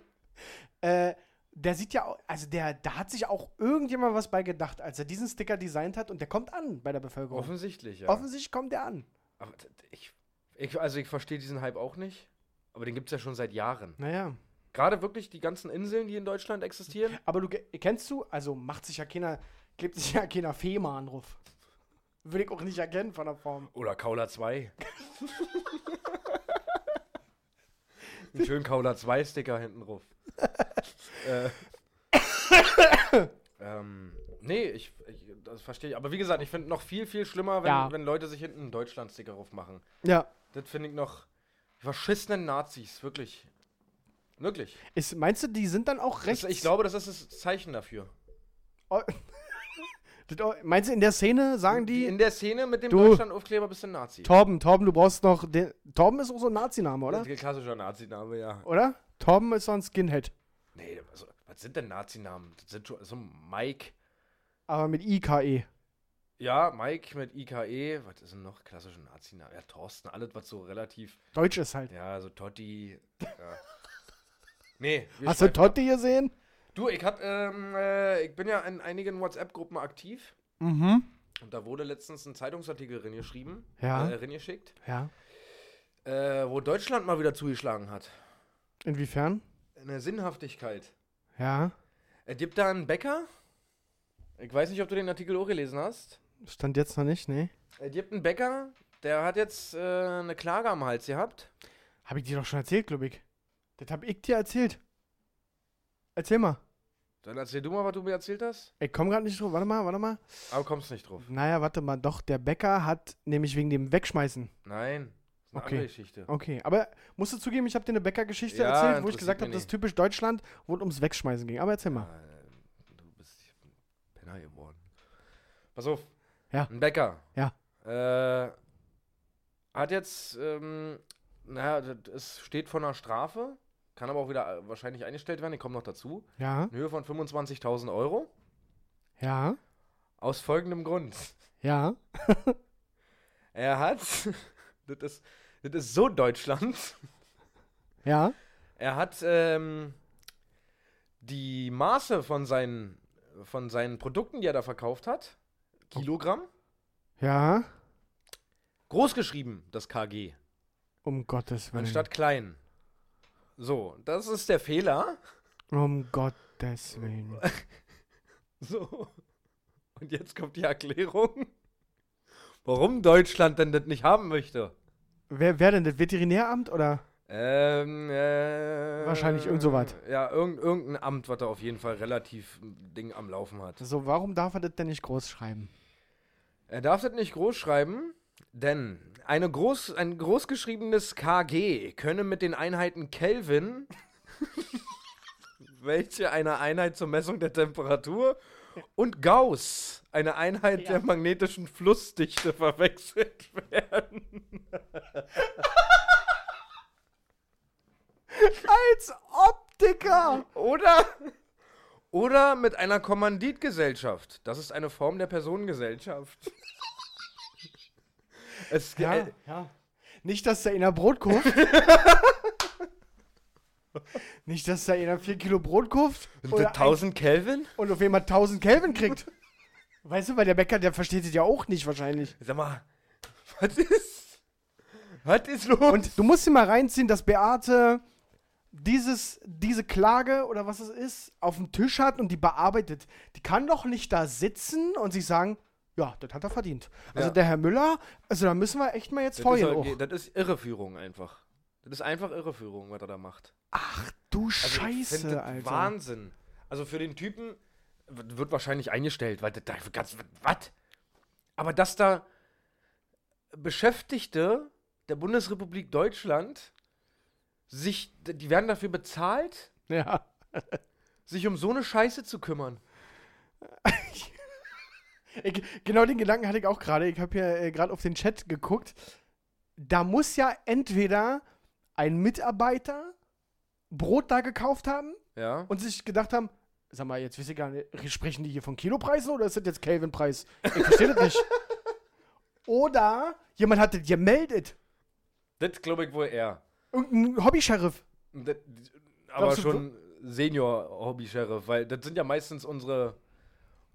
[SPEAKER 3] Äh, der sieht ja, au- also der, da hat sich auch irgendjemand was bei gedacht, als er diesen Sticker designt hat und der kommt an bei der Bevölkerung.
[SPEAKER 2] Offensichtlich, ja.
[SPEAKER 3] Offensichtlich kommt der an.
[SPEAKER 2] aber d- d- ich, ich, also ich verstehe diesen Hype auch nicht. Aber den gibt es ja schon seit Jahren.
[SPEAKER 3] Naja.
[SPEAKER 2] Gerade wirklich die ganzen Inseln, die in Deutschland existieren.
[SPEAKER 3] Aber du ge- kennst du, also macht sich ja keiner, klebt sich ja keiner Fehmarn drauf. Würde ich auch nicht erkennen von der Form.
[SPEAKER 2] Oder Kaula 2. Einen schönen Kaula 2 Sticker hinten drauf. äh, ähm, nee, ich, ich das verstehe ich. Aber wie gesagt, ich finde noch viel, viel schlimmer, wenn,
[SPEAKER 3] Ja.
[SPEAKER 2] wenn Leute sich hinten einen Deutschland-Sticker drauf machen.
[SPEAKER 3] Ja.
[SPEAKER 2] Das finde ich noch. Die verschissenen Nazis, wirklich. Wirklich.
[SPEAKER 3] Ist, meinst du, die sind dann auch
[SPEAKER 2] Das,
[SPEAKER 3] rechts?
[SPEAKER 2] ich glaube, das ist das Zeichen dafür.
[SPEAKER 3] Oh, das, oh, meinst du, in der Szene sagen die,
[SPEAKER 2] in der Szene mit dem
[SPEAKER 3] Du-
[SPEAKER 2] Deutschland-Aufkleber bist du ein Nazi.
[SPEAKER 3] Torben, Torben, du brauchst noch, den, Torben ist auch so ein Nazi-Name,
[SPEAKER 2] Das
[SPEAKER 3] oder?
[SPEAKER 2] ist ein klassischer Nazi-Name, ja.
[SPEAKER 3] Oder? Torben ist so ein Skinhead.
[SPEAKER 2] Nee, also, was sind denn Nazi-Namen? Das sind schon so Mike.
[SPEAKER 3] Aber mit E. IKE.
[SPEAKER 2] Ja, Mike mit IKE. Was ist denn noch klassische Nazi-Namen? Ja, Thorsten, alles, was so relativ.
[SPEAKER 3] Deutsch ist halt.
[SPEAKER 2] Ja, so Totti. Ja. Nee, wir
[SPEAKER 3] Hast du
[SPEAKER 2] schweifen ab.
[SPEAKER 3] Totti gesehen?
[SPEAKER 2] Du, ich hab, ähm, äh, ich bin ja in einigen WhatsApp-Gruppen aktiv.
[SPEAKER 3] Mhm.
[SPEAKER 2] Und da wurde letztens ein Zeitungsartikel reingeschrieben,
[SPEAKER 3] Ja.
[SPEAKER 2] äh, reingeschickt,
[SPEAKER 3] Ja.
[SPEAKER 2] äh, wo Deutschland mal wieder zugeschlagen hat.
[SPEAKER 3] Inwiefern?
[SPEAKER 2] Eine Sinnhaftigkeit.
[SPEAKER 3] Ja.
[SPEAKER 2] Es gibt da einen Bäcker. Ich weiß nicht, ob du den Artikel auch gelesen hast.
[SPEAKER 3] Stand jetzt noch nicht, nee.
[SPEAKER 2] Es gibt Äh, einen Bäcker, der hat jetzt äh, eine Klage am Hals gehabt.
[SPEAKER 3] Hab ich dir doch schon erzählt, glaube ich. Das hab ich dir erzählt. Erzähl mal.
[SPEAKER 2] Dann erzähl du mal, was du mir erzählt hast.
[SPEAKER 3] Ich komm grad nicht drauf. Warte mal, warte mal.
[SPEAKER 2] Aber kommst nicht drauf.
[SPEAKER 3] Naja, warte mal. Doch, der Bäcker hat nämlich wegen dem Wegschmeißen.
[SPEAKER 2] Nein. Das ist eine
[SPEAKER 3] Okay. Oh.
[SPEAKER 2] andere Geschichte.
[SPEAKER 3] Okay, aber musst du zugeben, ich habe dir eine Bäckergeschichte
[SPEAKER 2] Ja,
[SPEAKER 3] erzählt, wo ich
[SPEAKER 2] interessiert
[SPEAKER 3] gesagt
[SPEAKER 2] mich
[SPEAKER 3] habe, das ist
[SPEAKER 2] nicht.
[SPEAKER 3] typisch Deutschland, wo es ums Wegschmeißen ging. Aber erzähl mal.
[SPEAKER 2] Äh, Du bist ein Penner geworden. Pass auf.
[SPEAKER 3] Ja.
[SPEAKER 2] Ein Bäcker.
[SPEAKER 3] Ja.
[SPEAKER 2] Äh, hat jetzt, ähm, naja, das- es steht vor einer Strafe. Kann aber auch wieder äh, wahrscheinlich eingestellt werden. Ich komme noch dazu.
[SPEAKER 3] Ja,
[SPEAKER 2] In Höhe von 25.000 Euro.
[SPEAKER 3] ja,
[SPEAKER 2] Aus folgendem Grund.
[SPEAKER 3] ja.
[SPEAKER 2] Er hat, das ist, das ist so Deutschland,
[SPEAKER 3] Ja.
[SPEAKER 2] er hat ähm, die Maße von seinen, von seinen Produkten, die er da verkauft hat, Kilogramm,
[SPEAKER 3] Ja.
[SPEAKER 2] groß geschrieben, das KG,
[SPEAKER 3] Um Gottes Willen.
[SPEAKER 2] anstatt klein. So, das ist der Fehler.
[SPEAKER 3] um Gottes Willen.
[SPEAKER 2] So. Und jetzt kommt die Erklärung, warum Deutschland denn das nicht haben möchte.
[SPEAKER 3] Wer, wer denn? Das Veterinäramt oder?
[SPEAKER 2] Ähm, äh,
[SPEAKER 3] Wahrscheinlich irgend so was.
[SPEAKER 2] Ja, irgend, irgendein Amt, was er auf jeden Fall relativ ein Ding am Laufen hat.
[SPEAKER 3] So, warum darf er das denn nicht groß schreiben?
[SPEAKER 2] Er darf das nicht groß schreiben, denn eine groß, ein großgeschriebenes KG könne mit den Einheiten Kelvin, welche eine Einheit zur Messung der Temperatur, und Gauss, eine Einheit der magnetischen Flussdichte, verwechselt werden.
[SPEAKER 3] Als Optiker!
[SPEAKER 2] Oder, oder mit einer Kommanditgesellschaft. Das ist eine Form der Personengesellschaft. Es, ge-
[SPEAKER 3] Ja,
[SPEAKER 2] äh,
[SPEAKER 3] ja. Nicht, dass da einer Brot kauft. Nicht, dass da einer 4 Kilo Brot kauft
[SPEAKER 2] sind das
[SPEAKER 3] oder ein,
[SPEAKER 2] 1000 äh, Kelvin?
[SPEAKER 3] und auf jemand 1000 Kelvin kriegt. Weißt du, weil der Bäcker, der versteht es ja auch nicht wahrscheinlich.
[SPEAKER 2] Sag mal, was ist? Was ist los?
[SPEAKER 3] Und du musst dir mal reinziehen, dass Beate dieses, diese Klage oder was es ist, auf dem Tisch hat und die bearbeitet. Die kann doch nicht da sitzen und sich sagen, ja, das hat er verdient. Also
[SPEAKER 2] Ja.
[SPEAKER 3] der Herr Müller, also da müssen wir echt mal jetzt
[SPEAKER 2] das, ist,
[SPEAKER 3] feuern. Oh,
[SPEAKER 2] doch-
[SPEAKER 3] auch.
[SPEAKER 2] das ist Irreführung einfach. Das ist einfach Irreführung, was er da macht.
[SPEAKER 3] Du
[SPEAKER 2] Also ich find
[SPEAKER 3] Scheiße,
[SPEAKER 2] das
[SPEAKER 3] Alter.
[SPEAKER 2] Wahnsinn. Also für den Typen w- wird wahrscheinlich eingestellt, weil das da ganz. Was? Aber dass da Beschäftigte der Bundesrepublik Deutschland sich, die werden dafür bezahlt,
[SPEAKER 3] Ja.
[SPEAKER 2] sich um so eine Scheiße zu kümmern.
[SPEAKER 3] Ich, genau den Gedanken hatte ich auch gerade. Ich habe ja äh, gerade auf den Chat geguckt. Da muss ja entweder ein Mitarbeiter Brot da gekauft haben
[SPEAKER 2] Ja.
[SPEAKER 3] und sich gedacht haben, sag mal, jetzt weiß ich gar nicht, sprechen die hier von Kilopreisen oder ist das jetzt Kelvinpreis? Ich verstehe das nicht. Oder jemand hat das gemeldet.
[SPEAKER 2] das glaube ich wohl eher.
[SPEAKER 3] Irgendein Hobby-Sheriff.
[SPEAKER 2] Und Das, aber
[SPEAKER 3] du,
[SPEAKER 2] schon Senior-Hobby-Sheriff, weil das sind ja meistens unsere,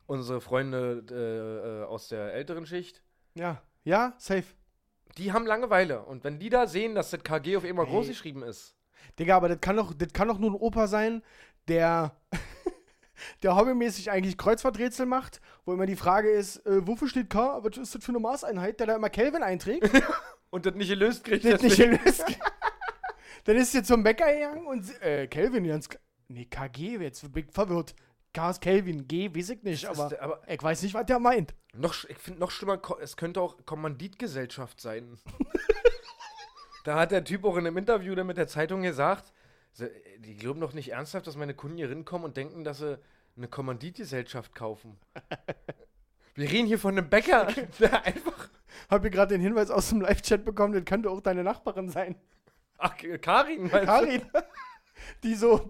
[SPEAKER 2] unsere Freunde äh, äh, aus der älteren Schicht.
[SPEAKER 3] Ja. Ja, safe.
[SPEAKER 2] Die haben Langeweile. Und wenn die da sehen, dass das KG auf einmal
[SPEAKER 3] Ey.
[SPEAKER 2] groß geschrieben ist,
[SPEAKER 3] Digga, aber das kann doch, das kann doch nur ein Opa sein, der, der hobbymäßig eigentlich Kreuzworträtsel macht, wo immer die Frage ist, äh, wofür steht K, was ist das für eine Maßeinheit, der da immer Kelvin einträgt,
[SPEAKER 2] und das nicht gelöst kriegt,
[SPEAKER 3] das nicht
[SPEAKER 2] deswegen-
[SPEAKER 3] gelöst. Dann ist jetzt zum Bäcker gegangen und, äh, Kelvin, ganz, k- nee, KG, jetzt bin ich verwirrt. K ist Kelvin, G weiß ich nicht,
[SPEAKER 2] Das
[SPEAKER 3] aber
[SPEAKER 2] ist- aber
[SPEAKER 3] ich weiß nicht, was der meint.
[SPEAKER 2] noch, sch- ich finde noch schlimmer, ko- es könnte auch Kommanditgesellschaft sein. da hat der Typ auch in einem Interview dann mit der Zeitung gesagt, se- die glauben doch nicht ernsthaft, dass meine Kunden hier rinkommen und denken, dass sie eine Kommanditgesellschaft kaufen. Wir reden hier von einem Bäcker, der einfach.
[SPEAKER 3] Hab hier gerade den Hinweis aus dem Live-Chat bekommen, das könnte auch deine Nachbarin sein.
[SPEAKER 2] Ach, Karin, meinst du?
[SPEAKER 3] Karin, die so,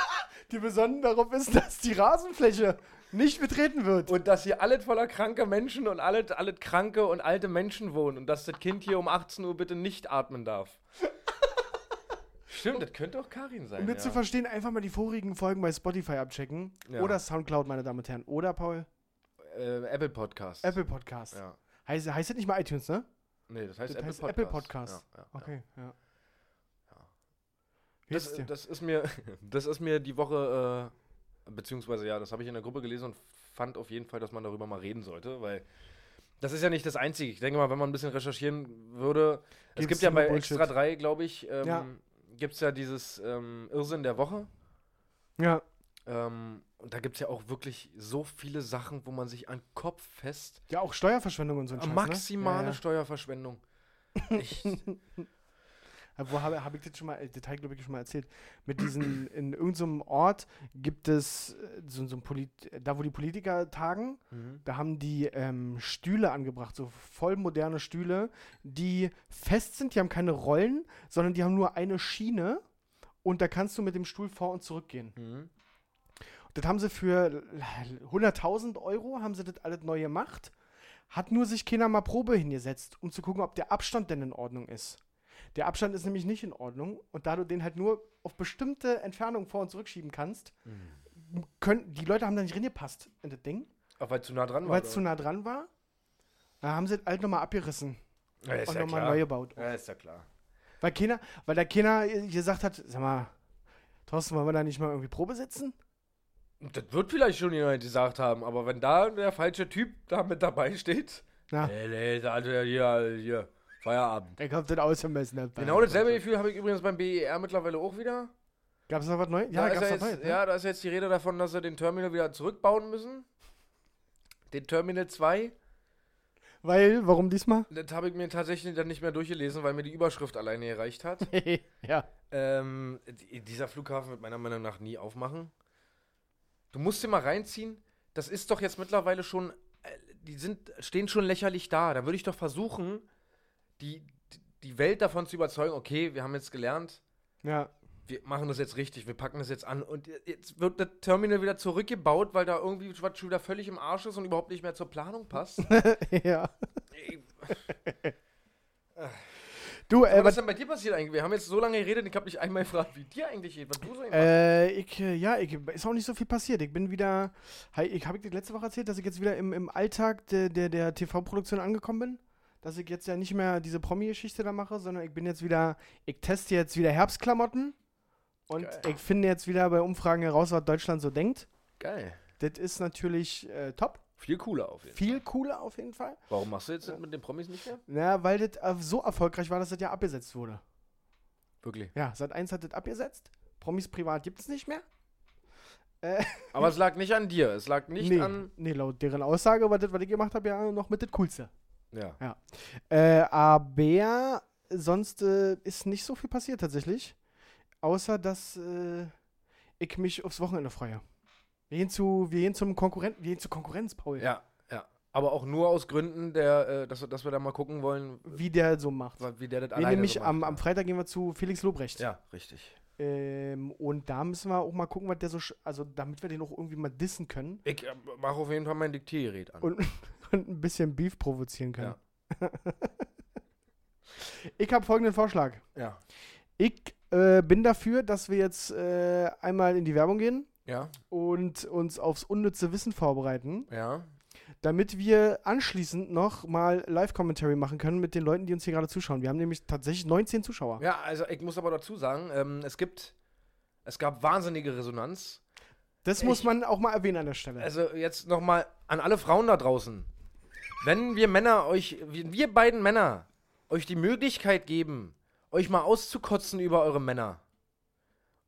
[SPEAKER 3] die besonnen darauf ist, dass die Rasenfläche nicht betreten wird.
[SPEAKER 2] Und dass hier alles voller kranker Menschen und alles, alles kranke und alte Menschen wohnen und dass das Kind hier um 18 Uhr bitte nicht atmen darf. Stimmt, das könnte auch Karin sein.
[SPEAKER 3] Um das zu
[SPEAKER 2] Ja.
[SPEAKER 3] verstehen, einfach mal die vorigen Folgen bei Spotify abchecken.
[SPEAKER 2] Ja.
[SPEAKER 3] Oder Soundcloud, meine Damen und Herren. Oder, Paul,
[SPEAKER 2] Äh, Apple Podcast.
[SPEAKER 3] Apple Podcast.
[SPEAKER 2] Ja.
[SPEAKER 3] Heißt, heißt das nicht mal iTunes, ne?
[SPEAKER 2] Nee, das heißt,
[SPEAKER 3] Das heißt
[SPEAKER 2] Apple
[SPEAKER 3] Apple
[SPEAKER 2] Podcast.
[SPEAKER 3] Podcast.
[SPEAKER 2] Ja, ja, ja.
[SPEAKER 3] Okay, ja. Wie ist
[SPEAKER 2] Das,
[SPEAKER 3] dir?
[SPEAKER 2] das, ist mir, das ist mir die Woche, äh, beziehungsweise ja, das habe ich in der Gruppe gelesen und fand auf jeden Fall, dass man darüber mal reden sollte, weil das ist ja nicht das Einzige. Ich denke mal, wenn man ein bisschen recherchieren würde, es
[SPEAKER 3] Gibt's
[SPEAKER 2] gibt ja
[SPEAKER 3] nur
[SPEAKER 2] bei
[SPEAKER 3] Bullshit.
[SPEAKER 2] Extra 3, glaube ich, ähm,
[SPEAKER 3] Ja.
[SPEAKER 2] gibt es ja dieses ähm, Irrsinn der Woche.
[SPEAKER 3] ja.
[SPEAKER 2] Ähm, und da gibt es ja auch wirklich so viele Sachen, wo man sich an den Kopf fest.
[SPEAKER 3] Ja, auch Steuerverschwendung und so ein Scheiß, ne?
[SPEAKER 2] maximale
[SPEAKER 3] Ja, ja.
[SPEAKER 2] Steuerverschwendung. Ich,
[SPEAKER 3] Aber Wo habe hab ich das schon mal, äh, Detail glaube ich schon mal erzählt. Mit diesen, in irgendeinem Ort gibt es äh, so, so ein Polit, da wo die Politiker tagen,
[SPEAKER 2] Mhm.
[SPEAKER 3] da haben die ähm, Stühle angebracht, so voll moderne Stühle, die fest sind, die haben keine Rollen, sondern die haben nur eine Schiene und da kannst du mit dem Stuhl vor und zurück gehen.
[SPEAKER 2] mhm.
[SPEAKER 3] Das haben sie für 100.000 Euro, haben sie das alles neu gemacht, Hat nur sich keiner mal Probe hingesetzt, um zu gucken, ob der Abstand denn in Ordnung ist. Der Abstand ist nämlich nicht in Ordnung und da du den halt nur auf bestimmte Entfernungen vor und zurückschieben kannst,
[SPEAKER 2] Mhm.
[SPEAKER 3] können, die Leute haben da nicht reingepasst in das Ding,
[SPEAKER 2] Auch weil zu nah dran war.
[SPEAKER 3] weil es zu nah dran war. Da haben sie das halt nochmal abgerissen
[SPEAKER 2] ja, ist
[SPEAKER 3] und
[SPEAKER 2] ja
[SPEAKER 3] nochmal
[SPEAKER 2] klar.
[SPEAKER 3] neu gebaut.
[SPEAKER 2] Ja, ist ja klar.
[SPEAKER 3] Weil keiner, weil da keiner äh, gesagt hat, sag mal, Thorsten, wollen wir da nicht mal irgendwie Probe setzen?
[SPEAKER 2] Und Das wird vielleicht schon jemand gesagt haben, aber wenn da der falsche Typ da mit dabei steht.
[SPEAKER 3] Na.
[SPEAKER 2] Nee, nee, also hier, hier, Feierabend.
[SPEAKER 3] Dann kommt das aus dem Messen. dabei.
[SPEAKER 2] Genau dasselbe Gefühl habe ich übrigens beim BER mittlerweile auch wieder.
[SPEAKER 3] Gab's noch was Neues? Ja,
[SPEAKER 2] da ist
[SPEAKER 3] gab's
[SPEAKER 2] ja
[SPEAKER 3] noch
[SPEAKER 2] jetzt,
[SPEAKER 3] was Neues. ne?
[SPEAKER 2] Ja, da ist jetzt die Rede davon, dass sie den Terminal wieder zurückbauen müssen. Den Terminal 2.
[SPEAKER 3] Weil, warum diesmal?
[SPEAKER 2] Das habe ich mir tatsächlich dann nicht mehr durchgelesen, weil mir die Überschrift alleine gereicht hat.
[SPEAKER 3] ja.
[SPEAKER 2] Ähm, d- dieser Flughafen wird meiner Meinung nach nie aufmachen. Du musst dir mal reinziehen. Das ist doch jetzt mittlerweile schon. äh, Die sind, stehen schon lächerlich da. Da würde ich doch versuchen, die, die Welt davon zu überzeugen, okay, wir haben jetzt gelernt,
[SPEAKER 3] Ja.
[SPEAKER 2] wir machen das jetzt richtig, wir packen das jetzt an. Und jetzt wird das Terminal wieder zurückgebaut, weil da irgendwie was schon wieder völlig im Arsch ist und überhaupt nicht mehr zur Planung passt.
[SPEAKER 3] ja.
[SPEAKER 2] Ey,
[SPEAKER 3] Du, äh,
[SPEAKER 2] was ist
[SPEAKER 3] was,
[SPEAKER 2] denn bei dir passiert eigentlich? Wir haben jetzt so lange geredet, ich habe nicht einmal gefragt, wie dir eigentlich geht, was du so äh,
[SPEAKER 3] äh, ich, äh, ja, ich, ist auch nicht so viel passiert. Ich bin wieder, hi, ich habe ich dir letzte Woche erzählt, dass ich jetzt wieder im, im Alltag der, der, der TV-Produktion angekommen bin. Dass ich jetzt ja nicht mehr diese Promi-Geschichte da mache, sondern ich bin jetzt wieder, ich teste jetzt wieder Herbstklamotten. Und
[SPEAKER 2] Geil.
[SPEAKER 3] ich finde jetzt wieder bei Umfragen heraus, was Deutschland so denkt.
[SPEAKER 2] Geil.
[SPEAKER 3] Das ist natürlich äh, top.
[SPEAKER 2] Viel cooler auf jeden Fall.
[SPEAKER 3] Viel cooler auf jeden Fall.
[SPEAKER 2] Warum machst du jetzt mit den Promis nicht mehr?
[SPEAKER 3] Na, weil das äh, so erfolgreich war, dass das ja abgesetzt wurde.
[SPEAKER 2] Wirklich.
[SPEAKER 3] Ja, Sat1 hat das abgesetzt. Promis privat gibt es nicht mehr.
[SPEAKER 2] Aber es lag nicht an dir, es lag nicht
[SPEAKER 3] nee,
[SPEAKER 2] an.
[SPEAKER 3] nee, laut deren Aussage war das, was ich gemacht habe, ja noch mit das Coolste.
[SPEAKER 2] Ja.
[SPEAKER 3] Äh, aber sonst äh, ist nicht so viel passiert tatsächlich. Außer, dass äh, ich mich aufs Wochenende freue. Wir gehen, zu, wir gehen zum Konkurrenten, wir gehen zur Konkurrenz, Paul.
[SPEAKER 2] Ja, ja. Aber auch nur aus Gründen, der, äh, dass, wir- dass wir da mal gucken wollen,
[SPEAKER 3] Wie der so macht.
[SPEAKER 2] wie der das
[SPEAKER 3] wir
[SPEAKER 2] alleine
[SPEAKER 3] nämlich
[SPEAKER 2] so macht.
[SPEAKER 3] am, am Freitag gehen wir zu Felix Lobrecht.
[SPEAKER 2] Ja, richtig.
[SPEAKER 3] Ähm, und da müssen wir auch mal gucken, was der so, sch- also damit wir den auch irgendwie mal dissen können.
[SPEAKER 2] Ich äh, mache auf jeden Fall mein Diktiergerät an.
[SPEAKER 3] Und- und ein bisschen Beef provozieren können. ich habe folgenden Vorschlag.
[SPEAKER 2] ja.
[SPEAKER 3] Ich äh, bin dafür, dass wir jetzt äh, einmal in die Werbung gehen
[SPEAKER 2] Ja,
[SPEAKER 3] und uns aufs unnütze Wissen vorbereiten,
[SPEAKER 2] ja.
[SPEAKER 3] damit wir anschließend noch mal Live-Commentary machen können mit den Leuten, die uns hier gerade zuschauen. Wir haben nämlich tatsächlich 19 Zuschauer.
[SPEAKER 2] Ja, also ich muss aber dazu sagen, ähm, es gibt. Es gab wahnsinnige Resonanz.
[SPEAKER 3] Das muss
[SPEAKER 2] Ich-
[SPEAKER 3] man auch mal erwähnen an der Stelle.
[SPEAKER 2] Also jetzt nochmal an alle Frauen da draußen. Wenn wir Männer euch, wenn wir beiden Männer euch die Möglichkeit geben, euch mal auszukotzen über eure Männer,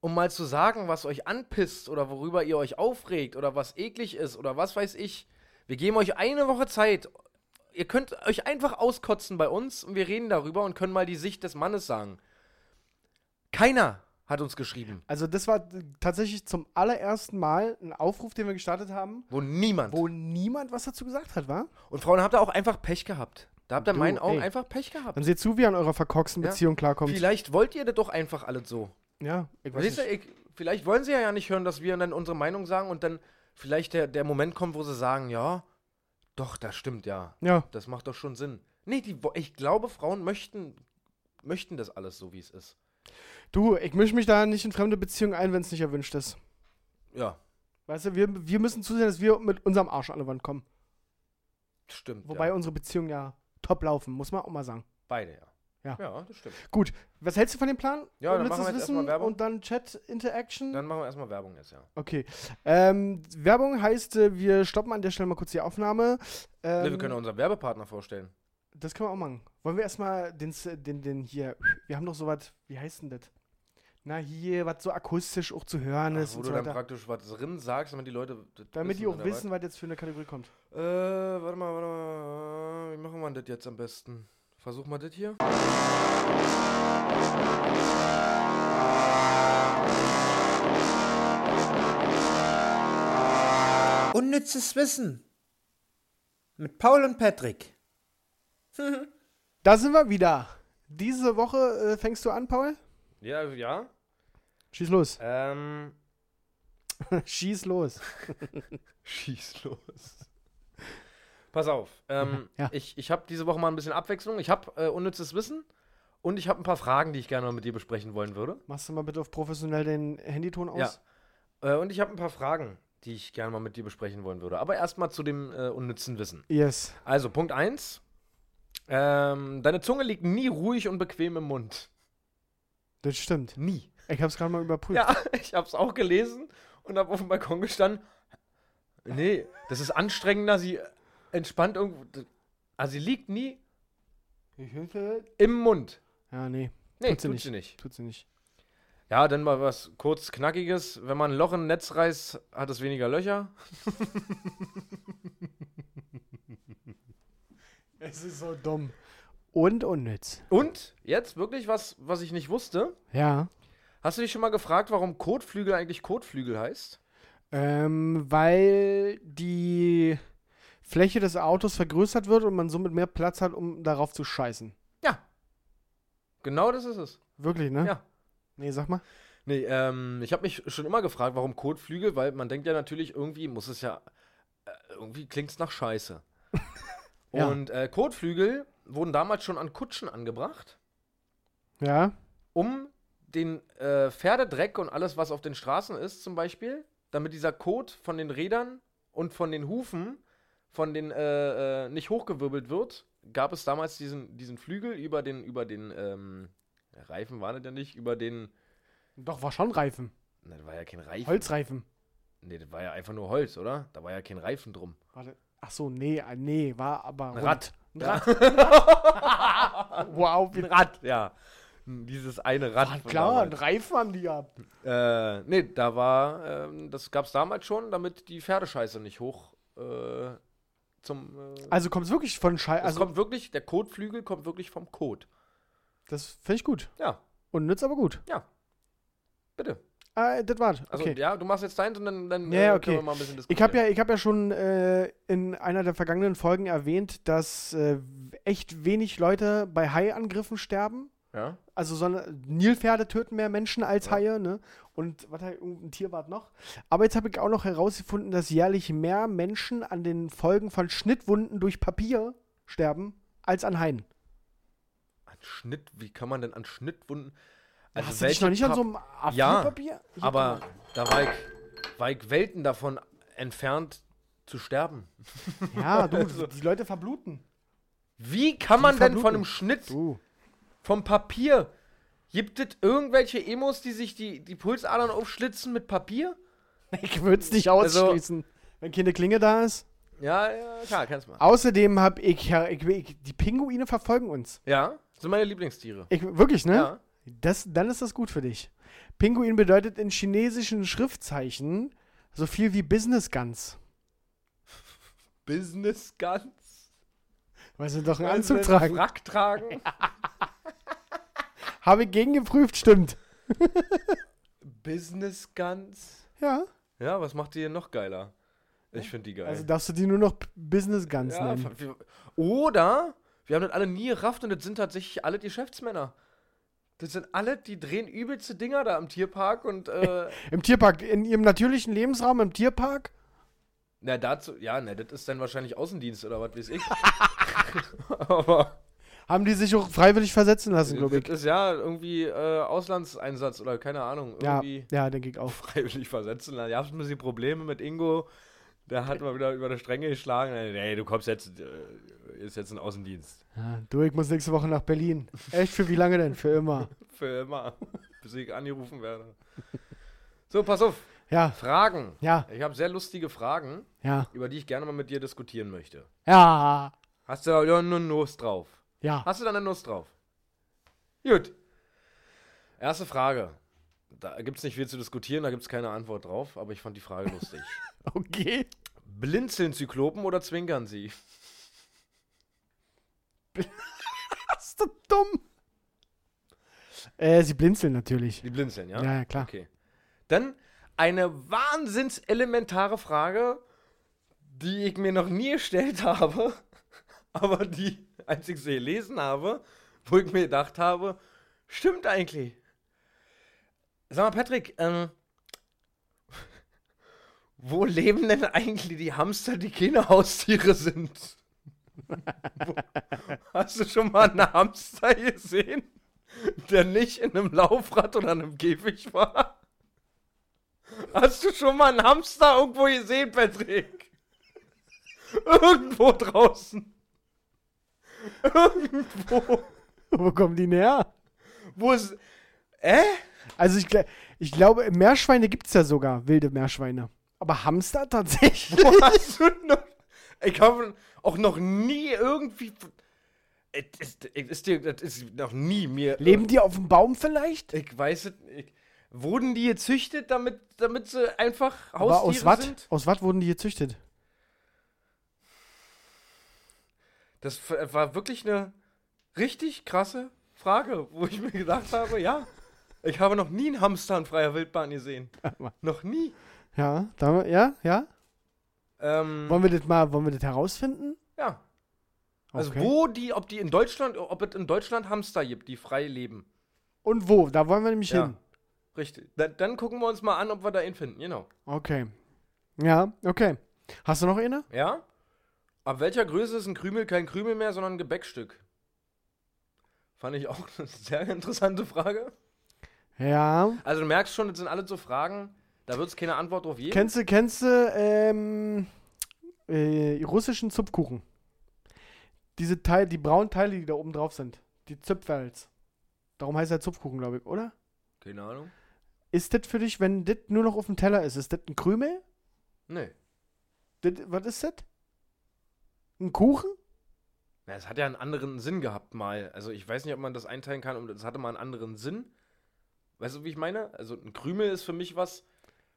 [SPEAKER 2] um mal zu sagen, was euch anpisst oder worüber ihr euch aufregt oder was eklig ist oder was weiß ich. Wir geben euch eine Woche Zeit. Ihr könnt euch einfach auskotzen bei uns und wir reden darüber und können mal die Sicht des Mannes sagen. Keiner hat uns geschrieben,
[SPEAKER 3] Also das war äh, tatsächlich zum allerersten Mal ein Aufruf, den wir gestartet haben,
[SPEAKER 2] wo niemand.
[SPEAKER 3] wo niemand was dazu gesagt hat, war?
[SPEAKER 2] Und Frauen habt ihr auch einfach Pech gehabt. Da habt ihr in
[SPEAKER 3] Du,
[SPEAKER 2] meinen Augen
[SPEAKER 3] ey.
[SPEAKER 2] einfach Pech gehabt.
[SPEAKER 3] Dann seht zu, wie ihr an eurer verkorksten
[SPEAKER 2] Ja.
[SPEAKER 3] Beziehung klarkommt.
[SPEAKER 2] Vielleicht wollt ihr das doch einfach alles so.
[SPEAKER 3] Ja, ich weiß
[SPEAKER 2] Wisst
[SPEAKER 3] nicht.
[SPEAKER 2] ihr, ich, vielleicht wollen sie ja ja nicht hören, dass wir dann unsere Meinung sagen und dann vielleicht der, der Moment kommt, wo sie sagen, ja, doch, das stimmt ja.
[SPEAKER 3] Ja,
[SPEAKER 2] Das macht doch schon Sinn. Nee, die, wo- ich glaube, Frauen möchten, möchten das alles so, wie es ist.
[SPEAKER 3] du, ich mische mich da nicht in fremde Beziehungen ein, wenn es nicht erwünscht ist.
[SPEAKER 2] Ja,
[SPEAKER 3] Weißt du, wir, wir müssen zusehen, dass wir mit unserem Arsch an der Wand kommen.
[SPEAKER 2] stimmt.
[SPEAKER 3] Wobei
[SPEAKER 2] ja.
[SPEAKER 3] unsere Beziehungen ja top laufen, muss man auch mal sagen.
[SPEAKER 2] Beide, ja.
[SPEAKER 3] Ja.
[SPEAKER 2] das stimmt.
[SPEAKER 3] Gut, was hältst du von dem Plan?
[SPEAKER 2] Ja, dann
[SPEAKER 3] Unnützes
[SPEAKER 2] machen wir jetzt erstmal Werbung.
[SPEAKER 3] Und dann Chat-Interaction.
[SPEAKER 2] Dann machen wir erstmal Werbung jetzt, ja. Ne,
[SPEAKER 3] Okay. Ähm, Werbung heißt, äh, wir stoppen an der Stelle mal kurz die Aufnahme. Ähm,
[SPEAKER 2] nee, wir können ja unseren Werbepartner vorstellen.
[SPEAKER 3] das können wir auch machen. Wollen wir erstmal den, S- den, den hier, wir haben doch sowas, wie heißt denn das? Na hier, was so akustisch auch zu hören ist
[SPEAKER 2] Ach, wo
[SPEAKER 3] und
[SPEAKER 2] du
[SPEAKER 3] so
[SPEAKER 2] dann
[SPEAKER 3] weiter.
[SPEAKER 2] praktisch was drin sagst, damit die Leute. das
[SPEAKER 3] Damit die auch
[SPEAKER 2] oder was?
[SPEAKER 3] wissen, was jetzt für eine Kategorie kommt.
[SPEAKER 2] Äh, warte mal, warte mal. Wie machen wir das jetzt am besten? Versuch mal das hier.
[SPEAKER 4] Unnützes Wissen. Mit Paul und Patrick.
[SPEAKER 3] Da sind wir wieder. Diese Woche äh, fängst du an, Paul?
[SPEAKER 2] Ja, ja.
[SPEAKER 3] Schieß los.
[SPEAKER 2] Ähm.
[SPEAKER 3] Schieß los.
[SPEAKER 2] Schieß los. Pass auf. Ähm,
[SPEAKER 3] Ja.
[SPEAKER 2] Ich, ich habe diese Woche mal ein bisschen Abwechslung. Ich habe äh, unnützes Wissen und ich habe ein paar Fragen, die ich gerne mal mit dir besprechen wollen würde.
[SPEAKER 3] Machst du mal bitte auf professionell den Handyton aus?
[SPEAKER 2] Ja. Äh, und ich habe ein paar Fragen, die ich gerne mal mit dir besprechen wollen würde. Aber erstmal zu dem äh, unnützen Wissen.
[SPEAKER 3] Yes.
[SPEAKER 2] Also, Punkt 1. Ähm, deine Zunge liegt nie ruhig und bequem im Mund.
[SPEAKER 3] Das stimmt.
[SPEAKER 2] Nie.
[SPEAKER 3] Ich hab's gerade mal überprüft.
[SPEAKER 2] Ja, ich hab's auch gelesen und hab auf dem Balkon gestanden. Nee, das ist anstrengender, sie entspannt irgendwo. Also sie liegt nie im Mund.
[SPEAKER 3] Ja, nee.
[SPEAKER 2] Nee,
[SPEAKER 3] Tut
[SPEAKER 2] tut
[SPEAKER 3] sie
[SPEAKER 2] sie,
[SPEAKER 3] nicht.
[SPEAKER 2] nicht.
[SPEAKER 3] Tut sie nicht.
[SPEAKER 2] Ja, dann mal was kurz Knackiges. Wenn man ein Loch in ein Netz reißt, hat es weniger Löcher.
[SPEAKER 3] Es ist so dumm. Und unnütz.
[SPEAKER 2] Und jetzt wirklich was, was ich nicht wusste.
[SPEAKER 3] Ja.
[SPEAKER 2] Hast du dich schon mal gefragt, warum Kotflügel eigentlich Kotflügel heißt?
[SPEAKER 3] Ähm, weil die Fläche des Autos vergrößert wird und man somit mehr Platz hat, um darauf zu scheißen.
[SPEAKER 2] Ja. Genau das ist es.
[SPEAKER 3] Wirklich, ne?
[SPEAKER 2] Ja.
[SPEAKER 3] Nee, sag mal.
[SPEAKER 2] Nee, ähm, ich habe mich schon immer gefragt, warum Kotflügel, weil man denkt ja natürlich, irgendwie muss es ja, äh, irgendwie klingt's nach Scheiße.
[SPEAKER 3] Ja.
[SPEAKER 2] Und äh, Kotflügel wurden damals schon an Kutschen angebracht,
[SPEAKER 3] Ja.
[SPEAKER 2] um den äh, Pferdedreck und alles, was auf den Straßen ist, zum Beispiel, damit dieser Kot von den Rädern und von den Hufen, von den äh, äh, nicht hochgewirbelt wird, gab es damals diesen, diesen Flügel über den, über den, ähm, Reifen war das ja nicht, über den,
[SPEAKER 3] Doch, war schon Reifen.
[SPEAKER 2] na, das war ja kein Reifen.
[SPEAKER 3] Holzreifen.
[SPEAKER 2] Nee, das war ja einfach nur Holz, oder? Da war ja kein Reifen drum.
[SPEAKER 3] Warte. Ach so, nee, ah, nee, war aber.
[SPEAKER 2] Ein
[SPEAKER 3] rund.
[SPEAKER 2] Rad.
[SPEAKER 3] Ein Rad. wow, wie
[SPEAKER 2] Ein Rad, ja. Hm, Dieses eine Rad. von
[SPEAKER 3] Klar, ein
[SPEAKER 2] damals.
[SPEAKER 3] Reifen haben die gehabt.
[SPEAKER 2] Äh, nee, da war, ähm, das gab's damals schon, damit die Pferdescheiße nicht hoch äh, zum. Äh,
[SPEAKER 3] Also kommt es wirklich von Scheiße.
[SPEAKER 2] es
[SPEAKER 3] Also,
[SPEAKER 2] kommt wirklich, der Kotflügel kommt wirklich vom Kot.
[SPEAKER 3] das finde ich gut.
[SPEAKER 2] Ja,
[SPEAKER 3] Und nützt aber gut.
[SPEAKER 2] bitte.
[SPEAKER 3] Ah, das war's.
[SPEAKER 2] Also,
[SPEAKER 3] okay.
[SPEAKER 2] ja, du machst jetzt deins und dann, dann äh,
[SPEAKER 3] Ja, ja, okay.
[SPEAKER 2] können wir mal ein bisschen
[SPEAKER 3] Ich habe ja, ich hab ja schon äh, in einer der vergangenen Folgen erwähnt, dass äh, echt wenig Leute bei Haiangriffen sterben.
[SPEAKER 2] ja.
[SPEAKER 3] Also so eine, Nilpferde töten mehr Menschen als
[SPEAKER 2] Ja.
[SPEAKER 3] Haie, ne? Und was ein Tier war noch. Aber jetzt habe ich auch noch herausgefunden, dass jährlich mehr Menschen an den Folgen von Schnittwunden durch Papier sterben als an Haien.
[SPEAKER 2] An Schnitt, wie kann man denn an Schnittwunden. also
[SPEAKER 3] Hast du dich noch nicht an
[SPEAKER 2] Pap-
[SPEAKER 3] so einem A4-Papier?
[SPEAKER 2] Ja,
[SPEAKER 3] Hier,
[SPEAKER 2] Aber
[SPEAKER 3] guck mal.
[SPEAKER 2] da war ich, war ich Welten davon entfernt zu sterben.
[SPEAKER 3] Ja, du, die Leute verbluten.
[SPEAKER 2] Wie kann man denn
[SPEAKER 3] verbluten.
[SPEAKER 2] von einem Schnitt,
[SPEAKER 3] Du.
[SPEAKER 2] vom Papier, gibt es irgendwelche Emos, die sich die, die Pulsadern aufschlitzen mit Papier?
[SPEAKER 3] Ich würde es nicht
[SPEAKER 2] Also-
[SPEAKER 3] ausschließen, wenn keine Klinge da ist.
[SPEAKER 2] Ja, ja klar, kannst mal.
[SPEAKER 3] Außerdem habe ich, ja, ich, ich, die Pinguine verfolgen uns.
[SPEAKER 2] Ja, sind meine Lieblingstiere.
[SPEAKER 3] Ich, wirklich, ne?
[SPEAKER 2] Ja.
[SPEAKER 3] Das, dann ist das gut für dich. Pinguin bedeutet in chinesischen Schriftzeichen so viel wie Business Guns.
[SPEAKER 2] Business Guns.
[SPEAKER 3] Weil sie doch einen Anzug tragen.
[SPEAKER 2] Frack tragen.
[SPEAKER 3] Habe ich gegengeprüft, stimmt.
[SPEAKER 2] Business Guns.
[SPEAKER 3] Ja.
[SPEAKER 2] Ja, was macht die denn noch geiler? Ich finde die geil.
[SPEAKER 3] Also darfst du die nur noch P- Business Guns
[SPEAKER 2] ja,
[SPEAKER 3] nennen.
[SPEAKER 2] ver- wir- oder wir haben das alle nie gerafft und das sind tatsächlich alle die Geschäftsmänner. Das sind alle, die drehen übelste Dinger da im Tierpark und äh,
[SPEAKER 3] Im Tierpark, in ihrem natürlichen Lebensraum im Tierpark?
[SPEAKER 2] Na, dazu, ja, na, das ist dann wahrscheinlich Außendienst oder was weiß ich. Aber
[SPEAKER 3] Haben die sich auch freiwillig versetzen lassen, glaube
[SPEAKER 2] das
[SPEAKER 3] ich.
[SPEAKER 2] ist ja irgendwie äh, Auslandseinsatz oder keine Ahnung.
[SPEAKER 3] Ja,
[SPEAKER 2] Irgendwie
[SPEAKER 3] ja, denke ich auch.
[SPEAKER 2] freiwillig versetzen. Da gab es ein bisschen Probleme mit Ingo. Der hat mal wieder über die Stränge geschlagen. Hey, du kommst jetzt, äh, ist jetzt ein Außendienst.
[SPEAKER 3] Ja, du, ich muss nächste Woche nach Berlin. Echt, für wie lange denn? Für immer.
[SPEAKER 2] Für immer, bis ich angerufen werde. So, pass auf.
[SPEAKER 3] Ja,
[SPEAKER 2] Fragen.
[SPEAKER 3] ja,
[SPEAKER 2] Ich habe sehr lustige Fragen,
[SPEAKER 3] ja,
[SPEAKER 2] über die ich gerne mal mit dir diskutieren möchte.
[SPEAKER 3] ja,
[SPEAKER 2] Hast du da ja eine Nuss drauf?
[SPEAKER 3] ja.
[SPEAKER 2] Hast du dann eine Nuss drauf? Gut. Erste Frage. Da gibt es nicht viel zu diskutieren, da gibt es keine Antwort drauf, aber ich fand die Frage lustig.
[SPEAKER 3] Okay.
[SPEAKER 2] Blinzeln Zyklopen oder zwinkern sie?
[SPEAKER 3] Ist das dumm? Äh, sie blinzeln natürlich.
[SPEAKER 2] Die blinzeln, ja?
[SPEAKER 3] Ja, ja, klar.
[SPEAKER 2] Okay. Dann eine wahnsinnselementare Frage, die ich mir noch nie gestellt habe, aber die, als ich sie gelesen habe, wo ich mir gedacht habe, stimmt eigentlich. Sag mal, Patrick, ähm, wo leben denn eigentlich die Hamster, die keine Haustiere sind? Hast du schon mal einen Hamster gesehen, der nicht in einem Laufrad oder einem Käfig war? Hast du schon mal einen Hamster irgendwo gesehen, Patrick? Irgendwo draußen. Irgendwo.
[SPEAKER 3] Wo kommen die denn her?
[SPEAKER 2] Wo ist. Äh?
[SPEAKER 3] Also ich, gl- ich glaube, Meerschweine gibt es ja sogar, wilde Meerschweine. Aber Hamster tatsächlich?
[SPEAKER 2] Wo hast du noch. Ich habe auch noch nie irgendwie. Es ist, es ist, dir- es ist noch nie mir.
[SPEAKER 3] Leben die auf dem Baum vielleicht?
[SPEAKER 2] Ich weiß es nicht. Wurden die gezüchtet, damit, damit sie einfach Haustiere
[SPEAKER 3] Aber aus was?
[SPEAKER 2] sind?
[SPEAKER 3] Aus was wurden die gezüchtet?
[SPEAKER 2] Das f- äh, war wirklich eine richtig krasse Frage, wo ich mir gedacht habe, ja, ich habe noch nie einen Hamster in freier Wildbahn gesehen.
[SPEAKER 3] Mann.
[SPEAKER 2] noch nie.
[SPEAKER 3] Ja, da, ja, ja.
[SPEAKER 2] Ähm,
[SPEAKER 3] Wollen wir das mal, wollen wir das herausfinden?
[SPEAKER 2] ja. Also
[SPEAKER 3] Okay.
[SPEAKER 2] wo die, ob die in Deutschland, ob es in Deutschland Hamster gibt, die frei leben.
[SPEAKER 3] Und wo? Da wollen wir nämlich
[SPEAKER 2] Ja.
[SPEAKER 3] hin.
[SPEAKER 2] Richtig. Dann, dann gucken wir uns mal an, ob wir da einen finden, genau.
[SPEAKER 3] Okay. Ja, okay. Hast du noch eine?
[SPEAKER 2] Ja? Ab welcher Größe ist ein Krümel kein Krümel mehr, sondern ein Gebäckstück? Fand ich auch eine sehr interessante Frage.
[SPEAKER 3] Ja.
[SPEAKER 2] Also du merkst schon, das sind alle so Fragen, da wird es keine Antwort drauf geben.
[SPEAKER 3] Kennst du, kennst du, ähm, äh, russischen Zupfkuchen? Diese Teile, die braunen Teile, die da oben drauf sind. Die Zipfels. Darum heißt er Zupfkuchen, glaube ich, oder?
[SPEAKER 2] keine Ahnung.
[SPEAKER 3] Ist das für dich, wenn das nur noch auf dem Teller ist, ist das ein Krümel?
[SPEAKER 2] Nee.
[SPEAKER 3] Das, was ist das? Ein Kuchen?
[SPEAKER 2] Na, es hat ja einen anderen Sinn gehabt mal. Also ich weiß nicht, ob man das einteilen kann, und es hatte mal einen anderen Sinn. Weißt du, wie ich meine? Also ein Krümel ist für mich was,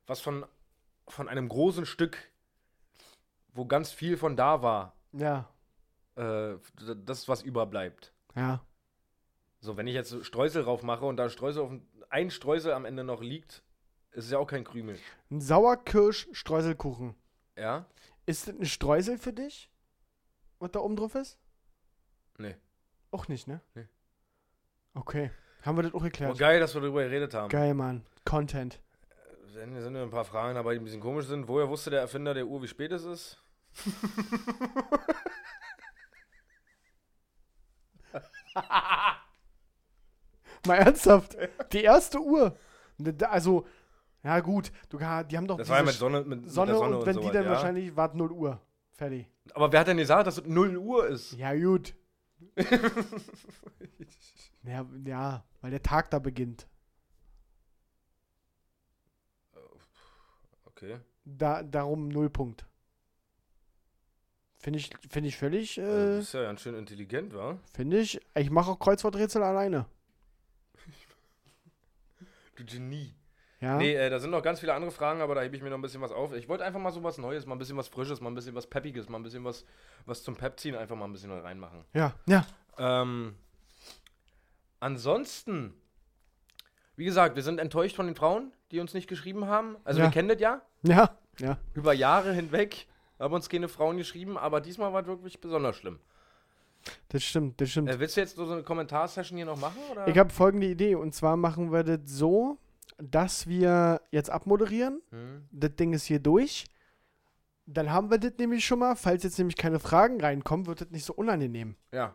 [SPEAKER 2] was von, von einem großen Stück, wo ganz viel von da war,
[SPEAKER 3] Ja.
[SPEAKER 2] äh, d- das, was überbleibt.
[SPEAKER 3] Ja.
[SPEAKER 2] So, wenn ich jetzt so Streusel drauf mache und da Streusel auf dem- ein Streusel am Ende noch liegt, ist es ja auch kein Krümel.
[SPEAKER 3] Ein Sauerkirsch-Streuselkuchen.
[SPEAKER 2] Ja?
[SPEAKER 3] Ist das ein Streusel für dich? Was da oben drauf ist?
[SPEAKER 2] Nee.
[SPEAKER 3] Auch nicht, ne?
[SPEAKER 2] Nee.
[SPEAKER 3] Okay. Haben wir das auch
[SPEAKER 2] Oh,
[SPEAKER 3] geklärt?
[SPEAKER 2] geil, dass wir darüber geredet haben.
[SPEAKER 3] Geil, Mann. Content.
[SPEAKER 2] Dann sind nur ein paar Fragen dabei, die ein bisschen komisch sind. Woher wusste der Erfinder der Uhr, wie spät es ist?
[SPEAKER 3] Mal ernsthaft. Die erste Uhr. Ne, da- Also, ja gut. Du, ka- die haben doch
[SPEAKER 2] Das
[SPEAKER 3] diese
[SPEAKER 2] war ja mit
[SPEAKER 3] Sch-
[SPEAKER 2] Sonne, mit, mit
[SPEAKER 3] Sonne,
[SPEAKER 2] der Sonne
[SPEAKER 3] und wenn die
[SPEAKER 2] sowas,
[SPEAKER 3] dann
[SPEAKER 2] ja?
[SPEAKER 3] wahrscheinlich, wart 0 Uhr. Fertig.
[SPEAKER 2] Aber wer hat denn gesagt, dass es 0 Uhr ist?
[SPEAKER 3] Ja, gut.
[SPEAKER 2] Mhm.
[SPEAKER 3] ja, ja, weil der Tag da beginnt.
[SPEAKER 2] Okay.
[SPEAKER 3] Da, darum Nullpunkt. Finde ich, finde ich völlig,
[SPEAKER 2] Also, du
[SPEAKER 3] äh,
[SPEAKER 2] bist ja ganz schön intelligent, wa?
[SPEAKER 3] finde ich, ich mache auch Kreuzworträtsel alleine.
[SPEAKER 2] Du Genie.
[SPEAKER 3] Ja.
[SPEAKER 2] Nee, äh, da sind noch ganz viele andere Fragen, aber da hebe ich mir noch ein bisschen was auf. Ich wollte einfach mal so was Neues, mal ein bisschen was Frisches, mal ein bisschen was Peppiges, mal ein bisschen was, was zum Pep ziehen, einfach mal ein bisschen reinmachen.
[SPEAKER 3] Ja, ja.
[SPEAKER 2] Ähm, ansonsten, wie gesagt, wir sind enttäuscht von den Frauen, die uns nicht geschrieben haben. Also
[SPEAKER 3] Ja.
[SPEAKER 2] wir kennen das ja.
[SPEAKER 3] Ja, ja.
[SPEAKER 2] über Jahre hinweg haben uns keine Frauen geschrieben, aber diesmal war es wirklich besonders schlimm.
[SPEAKER 3] Das stimmt, das stimmt.
[SPEAKER 2] Äh, willst du jetzt so eine Kommentarsession hier noch machen? Oder?
[SPEAKER 3] Ich habe folgende Idee. Und zwar machen wir das so, dass wir jetzt abmoderieren.
[SPEAKER 2] hm?
[SPEAKER 3] Das Ding ist hier durch. Dann haben wir das nämlich schon mal. Falls jetzt nämlich keine Fragen reinkommen, wird das nicht so unangenehm.
[SPEAKER 2] Ja.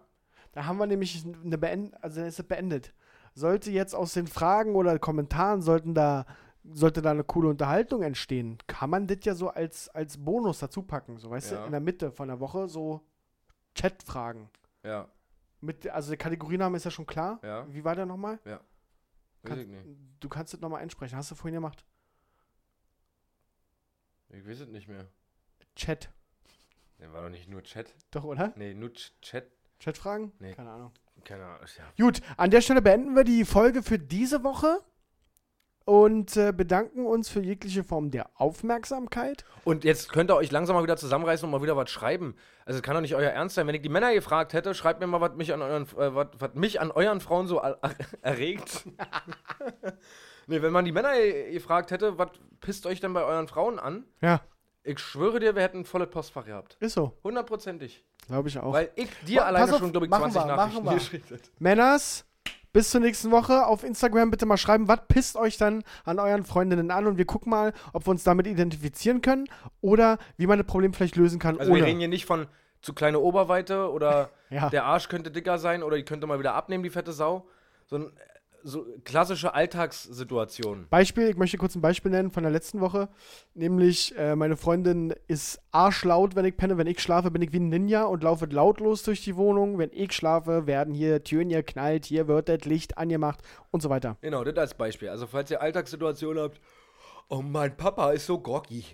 [SPEAKER 3] Da haben wir nämlich eine Beend also dann ist es beendet. Sollte jetzt aus den Fragen oder Kommentaren sollten da sollte da eine coole Unterhaltung entstehen, kann man das ja so als, als Bonus dazu packen, so weißt
[SPEAKER 2] Ja.
[SPEAKER 3] du, in der Mitte von der Woche so Chatfragen.
[SPEAKER 2] Ja.
[SPEAKER 3] Mit, also der Kategoriename ist ja schon klar.
[SPEAKER 2] Ja.
[SPEAKER 3] Wie war der nochmal?
[SPEAKER 2] Weiß
[SPEAKER 3] Kannst-
[SPEAKER 2] ich nicht.
[SPEAKER 3] Du kannst das nochmal einsprechen. Hast du vorhin gemacht?
[SPEAKER 2] Ich weiß es nicht mehr.
[SPEAKER 3] Chat.
[SPEAKER 2] Nee, war doch nicht nur Chat.
[SPEAKER 3] Doch, oder?
[SPEAKER 2] Nee, nur Ch Chat.
[SPEAKER 3] Chatfragen?
[SPEAKER 2] Nee.
[SPEAKER 3] Keine Ahnung.
[SPEAKER 2] Keine Ahnung. Ja.
[SPEAKER 3] Gut, an der Stelle beenden wir die Folge für diese Woche und äh, bedanken uns für jegliche Form der Aufmerksamkeit.
[SPEAKER 2] Und jetzt könnt ihr euch langsam mal wieder zusammenreißen und mal wieder was schreiben. Also es kann doch nicht euer Ernst sein. Wenn ich die Männer gefragt hätte, schreibt mir mal, was mich an euren, äh, was, was mich an euren Frauen so er erregt. nee, wenn man die Männer ge- gefragt hätte, was pisst euch denn bei euren Frauen an?
[SPEAKER 3] Ja,
[SPEAKER 2] Ich schwöre dir, wir hätten ein volles Postfach gehabt.
[SPEAKER 3] ist so.
[SPEAKER 2] Hundertprozentig.
[SPEAKER 3] Glaube ich auch.
[SPEAKER 2] Weil ich dir
[SPEAKER 3] Pass
[SPEAKER 2] alleine
[SPEAKER 3] auf,
[SPEAKER 2] schon, glaube ich,
[SPEAKER 3] machen
[SPEAKER 2] 20
[SPEAKER 3] wir,
[SPEAKER 2] Nachrichten
[SPEAKER 3] machen wir.
[SPEAKER 2] geschrieben hätte.
[SPEAKER 3] Männers, bis zur nächsten Woche. Auf Instagram bitte mal schreiben, was pisst euch dann an euren Freundinnen an und wir gucken mal, ob wir uns damit identifizieren können oder wie man das Problem vielleicht lösen kann.
[SPEAKER 2] Also wir
[SPEAKER 3] ohne.
[SPEAKER 2] reden hier nicht von zu kleine Oberweite oder
[SPEAKER 3] Ja.
[SPEAKER 2] der Arsch könnte dicker sein oder die könnte mal wieder abnehmen, die fette Sau. So, ein, so klassische Alltagssituationen.
[SPEAKER 3] Beispiel, ich möchte kurz ein Beispiel nennen von der letzten Woche. Nämlich, äh, meine Freundin ist arschlaut, wenn ich penne. Wenn ich schlafe, bin ich wie ein Ninja und laufe lautlos durch die Wohnung. Wenn ich schlafe, werden hier Türen geknallt, hier wird das Licht angemacht und so weiter.
[SPEAKER 2] Genau, das als Beispiel. Also falls ihr Alltagssituationen habt, oh mein Papa ist so groggy.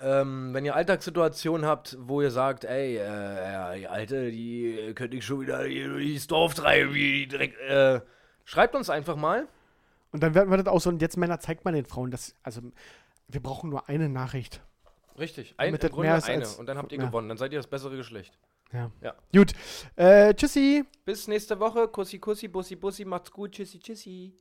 [SPEAKER 2] Ähm, wenn ihr Alltagssituationen habt, wo ihr sagt, ey, äh, ja, die Alte, die äh, könnte ich schon wieder hier durch das Dorf treiben, wie die direkt, äh, schreibt uns einfach mal.
[SPEAKER 3] Und dann werden wir das auch so. Und jetzt, Männer, zeigt man den Frauen, dass, also, wir brauchen nur eine Nachricht.
[SPEAKER 2] Richtig, ein,
[SPEAKER 3] Damit
[SPEAKER 2] im
[SPEAKER 3] das
[SPEAKER 2] Grunde
[SPEAKER 3] mehr ist
[SPEAKER 2] eine
[SPEAKER 3] als-
[SPEAKER 2] und dann habt ihr
[SPEAKER 3] ja.
[SPEAKER 2] gewonnen, dann seid ihr das bessere Geschlecht.
[SPEAKER 3] Ja.
[SPEAKER 2] Ja.
[SPEAKER 3] Gut. Äh, tschüssi.
[SPEAKER 2] Bis nächste Woche, Kussi Kussi, Bussi Bussi, macht's gut, tschüssi tschüssi.